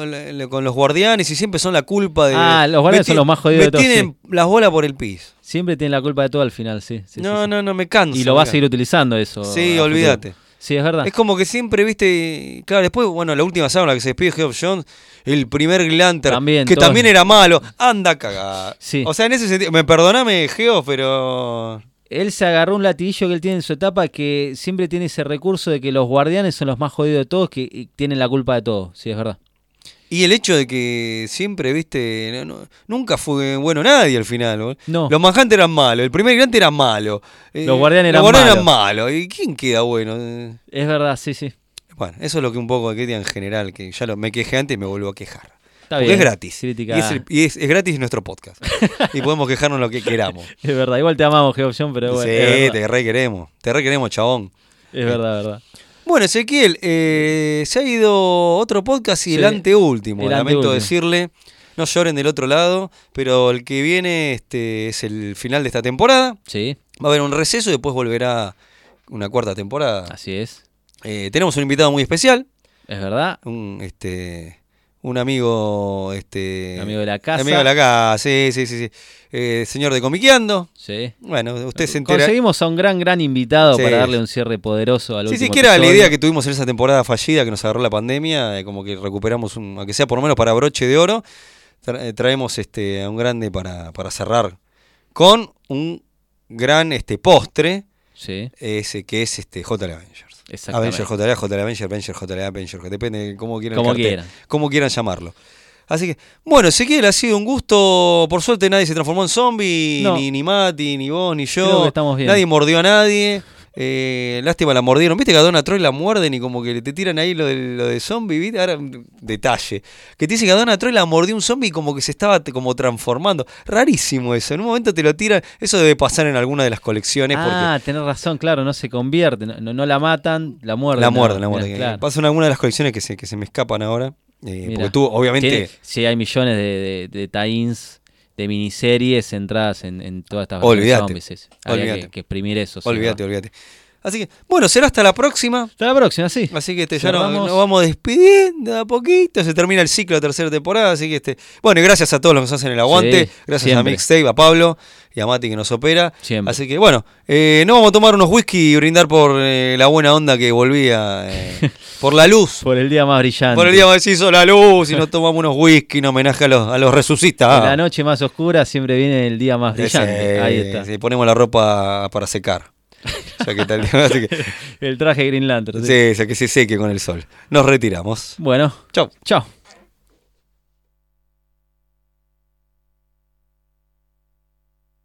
[SPEAKER 1] con los guardianes y siempre son la culpa de.
[SPEAKER 2] Ah, los guardianes
[SPEAKER 1] me
[SPEAKER 2] son
[SPEAKER 1] ti-
[SPEAKER 2] los más jodidos
[SPEAKER 1] me
[SPEAKER 2] de todos,
[SPEAKER 1] tienen las bolas por el piso.
[SPEAKER 2] Siempre tiene la culpa de todo al final, sí. sí,
[SPEAKER 1] no,
[SPEAKER 2] sí, sí.
[SPEAKER 1] no, no, me canso.
[SPEAKER 2] Y lo vas a
[SPEAKER 1] mirá.
[SPEAKER 2] seguir utilizando eso. a
[SPEAKER 1] Sí,
[SPEAKER 2] futuro.
[SPEAKER 1] olvídate.
[SPEAKER 2] Sí, es verdad.
[SPEAKER 1] Es como que siempre, viste, claro, después, bueno, la última saga en la que se despide Geoff Jones, el primer Glanter,
[SPEAKER 2] También,
[SPEAKER 1] que
[SPEAKER 2] todo.
[SPEAKER 1] también era malo, anda a cagar.
[SPEAKER 2] Sí.
[SPEAKER 1] O sea, en ese sentido, me perdoname, Geoff, pero...
[SPEAKER 2] Él se agarró un latillo que él tiene en su etapa que siempre tiene ese recurso de que los guardianes son los más jodidos de todos, que y tienen la culpa de todo. Sí, es verdad.
[SPEAKER 1] Y el hecho de que siempre, viste, no- no- nunca fue bueno nadie al final. bol-
[SPEAKER 2] No.
[SPEAKER 1] Los Manhunters eran malos, el primer Glanter era malo. eh,
[SPEAKER 2] Los Guardianes
[SPEAKER 1] Los
[SPEAKER 2] eran
[SPEAKER 1] Guardianes eran malos. ¿Y quién queda bueno? Eh,
[SPEAKER 2] Es verdad, sí, sí.
[SPEAKER 1] Bueno, eso es lo que un poco quería en general, que ya lo, me quejé antes y me vuelvo a quejar.
[SPEAKER 2] Está
[SPEAKER 1] Porque es
[SPEAKER 2] bien.
[SPEAKER 1] gratis.
[SPEAKER 2] Crítica.
[SPEAKER 1] Y, es, el- y es- es gratis nuestro podcast. y podemos quejarnos lo que queramos.
[SPEAKER 2] Es verdad. Igual te amamos, Geoff John, pero bueno.
[SPEAKER 1] sí,
[SPEAKER 2] es verdad,
[SPEAKER 1] te re queremos. Te re queremos, chabón.
[SPEAKER 2] es verdad. verdad.
[SPEAKER 1] Bueno, Ezequiel, eh, se ha ido otro podcast y el
[SPEAKER 2] Sí,
[SPEAKER 1] anteúltimo.
[SPEAKER 2] el
[SPEAKER 1] Lamento
[SPEAKER 2] anteúltimo.
[SPEAKER 1] decirle, no lloren del otro lado, pero el que viene este, es el final de esta temporada.
[SPEAKER 2] Sí,
[SPEAKER 1] Va a haber un receso y después volverá una cuarta temporada.
[SPEAKER 2] así es.
[SPEAKER 1] Eh, tenemos un invitado muy especial,
[SPEAKER 2] Es verdad.
[SPEAKER 1] un, este, un amigo... Este,
[SPEAKER 2] Amigo de la casa.
[SPEAKER 1] Amigo de la casa, sí, sí, sí. sí. Eh, señor de Comiqueando.
[SPEAKER 2] Sí.
[SPEAKER 1] Bueno, usted se entera.
[SPEAKER 2] Conseguimos a un gran, gran invitado
[SPEAKER 1] Sí.
[SPEAKER 2] para darle un cierre poderoso al
[SPEAKER 1] Sí,
[SPEAKER 2] último
[SPEAKER 1] sí, que era la
[SPEAKER 2] episodio.
[SPEAKER 1] idea que tuvimos en esa temporada fallida que nos agarró la pandemia, eh, como que recuperamos, un, aunque sea por lo menos para broche de oro, tra- eh, traemos este, a un grande para, para cerrar con un gran este, postre,
[SPEAKER 2] Sí,
[SPEAKER 1] ese que es este, JL Avengers.
[SPEAKER 2] exactamente.
[SPEAKER 1] Avenger, JL, JL Avenger, Avenger, JL Avenger, depende de cómo quieran, el
[SPEAKER 2] Como
[SPEAKER 1] cartel,
[SPEAKER 2] quieran.
[SPEAKER 1] cómo quieran llamarlo. Así que, bueno, Ezequiel, ha sido un gusto. Por suerte nadie se transformó en zombie,
[SPEAKER 2] No.
[SPEAKER 1] ni, ni Mati, ni vos, ni yo.
[SPEAKER 2] Creo que estamos bien.
[SPEAKER 1] Nadie mordió a nadie. Eh, lástima, la mordieron. Viste que a Donna Troy la muerden y como que te tiran ahí lo de, lo de zombie. ¿viste? Ahora, un detalle. Que te dice que a Donna Troy la mordió un zombie y como que se estaba t- como transformando. Rarísimo eso. En un momento te lo tiran. Eso debe pasar en alguna de las colecciones.
[SPEAKER 2] Ah, tenés razón, claro, no se convierte, no, no- no la matan,
[SPEAKER 1] porque
[SPEAKER 2] la muerden.
[SPEAKER 1] la
[SPEAKER 2] no,
[SPEAKER 1] muerden, la
[SPEAKER 2] mirá,
[SPEAKER 1] muerden.
[SPEAKER 2] claro.
[SPEAKER 1] Pasa en alguna de las colecciones que se, que se me escapan ahora. Eh,
[SPEAKER 2] Mirá.
[SPEAKER 1] porque tú, obviamente.
[SPEAKER 2] Tiene- sí, hay millones de, de, de tie-ins, de miniseries entradas en, en todas estas
[SPEAKER 1] Olvídate.
[SPEAKER 2] versiones zombies, sí, sí. Había
[SPEAKER 1] Olvídate.
[SPEAKER 2] Que, que exprimir eso. sí,
[SPEAKER 1] Olvídate,
[SPEAKER 2] ¿verdad?
[SPEAKER 1] olvídate. Así que, bueno, será hasta la próxima.
[SPEAKER 2] Hasta la próxima, sí.
[SPEAKER 1] Así que este, ya no- nos
[SPEAKER 2] Cerramos.
[SPEAKER 1] vamos despidiendo de a poquito. Se termina el ciclo de tercera temporada. Así que, este, bueno, y gracias a todos los que nos hacen el aguante.
[SPEAKER 2] Sí,
[SPEAKER 1] gracias a
[SPEAKER 2] siempre.
[SPEAKER 1] Mixtape, a Pablo y a Mati que nos opera.
[SPEAKER 2] Siempre.
[SPEAKER 1] Así que, bueno, eh, nos vamos a tomar unos whisky y brindar por eh, la buena onda que volvía. eh, por la luz.
[SPEAKER 2] Por el día más brillante.
[SPEAKER 1] Por el día que se hizo la luz y nos tomamos unos whisky en homenaje a los, a los resucitas.
[SPEAKER 2] En la noche más oscura siempre viene el día más brillante.
[SPEAKER 1] Ese,
[SPEAKER 2] Ahí está.
[SPEAKER 1] sí, ponemos la ropa para secar. Ya que está el tema, así que-
[SPEAKER 2] El traje Green Lantern. sí.
[SPEAKER 1] Sí, o sea, que se seque con el sol. Nos retiramos.
[SPEAKER 2] Bueno,
[SPEAKER 1] Chau.
[SPEAKER 2] chao.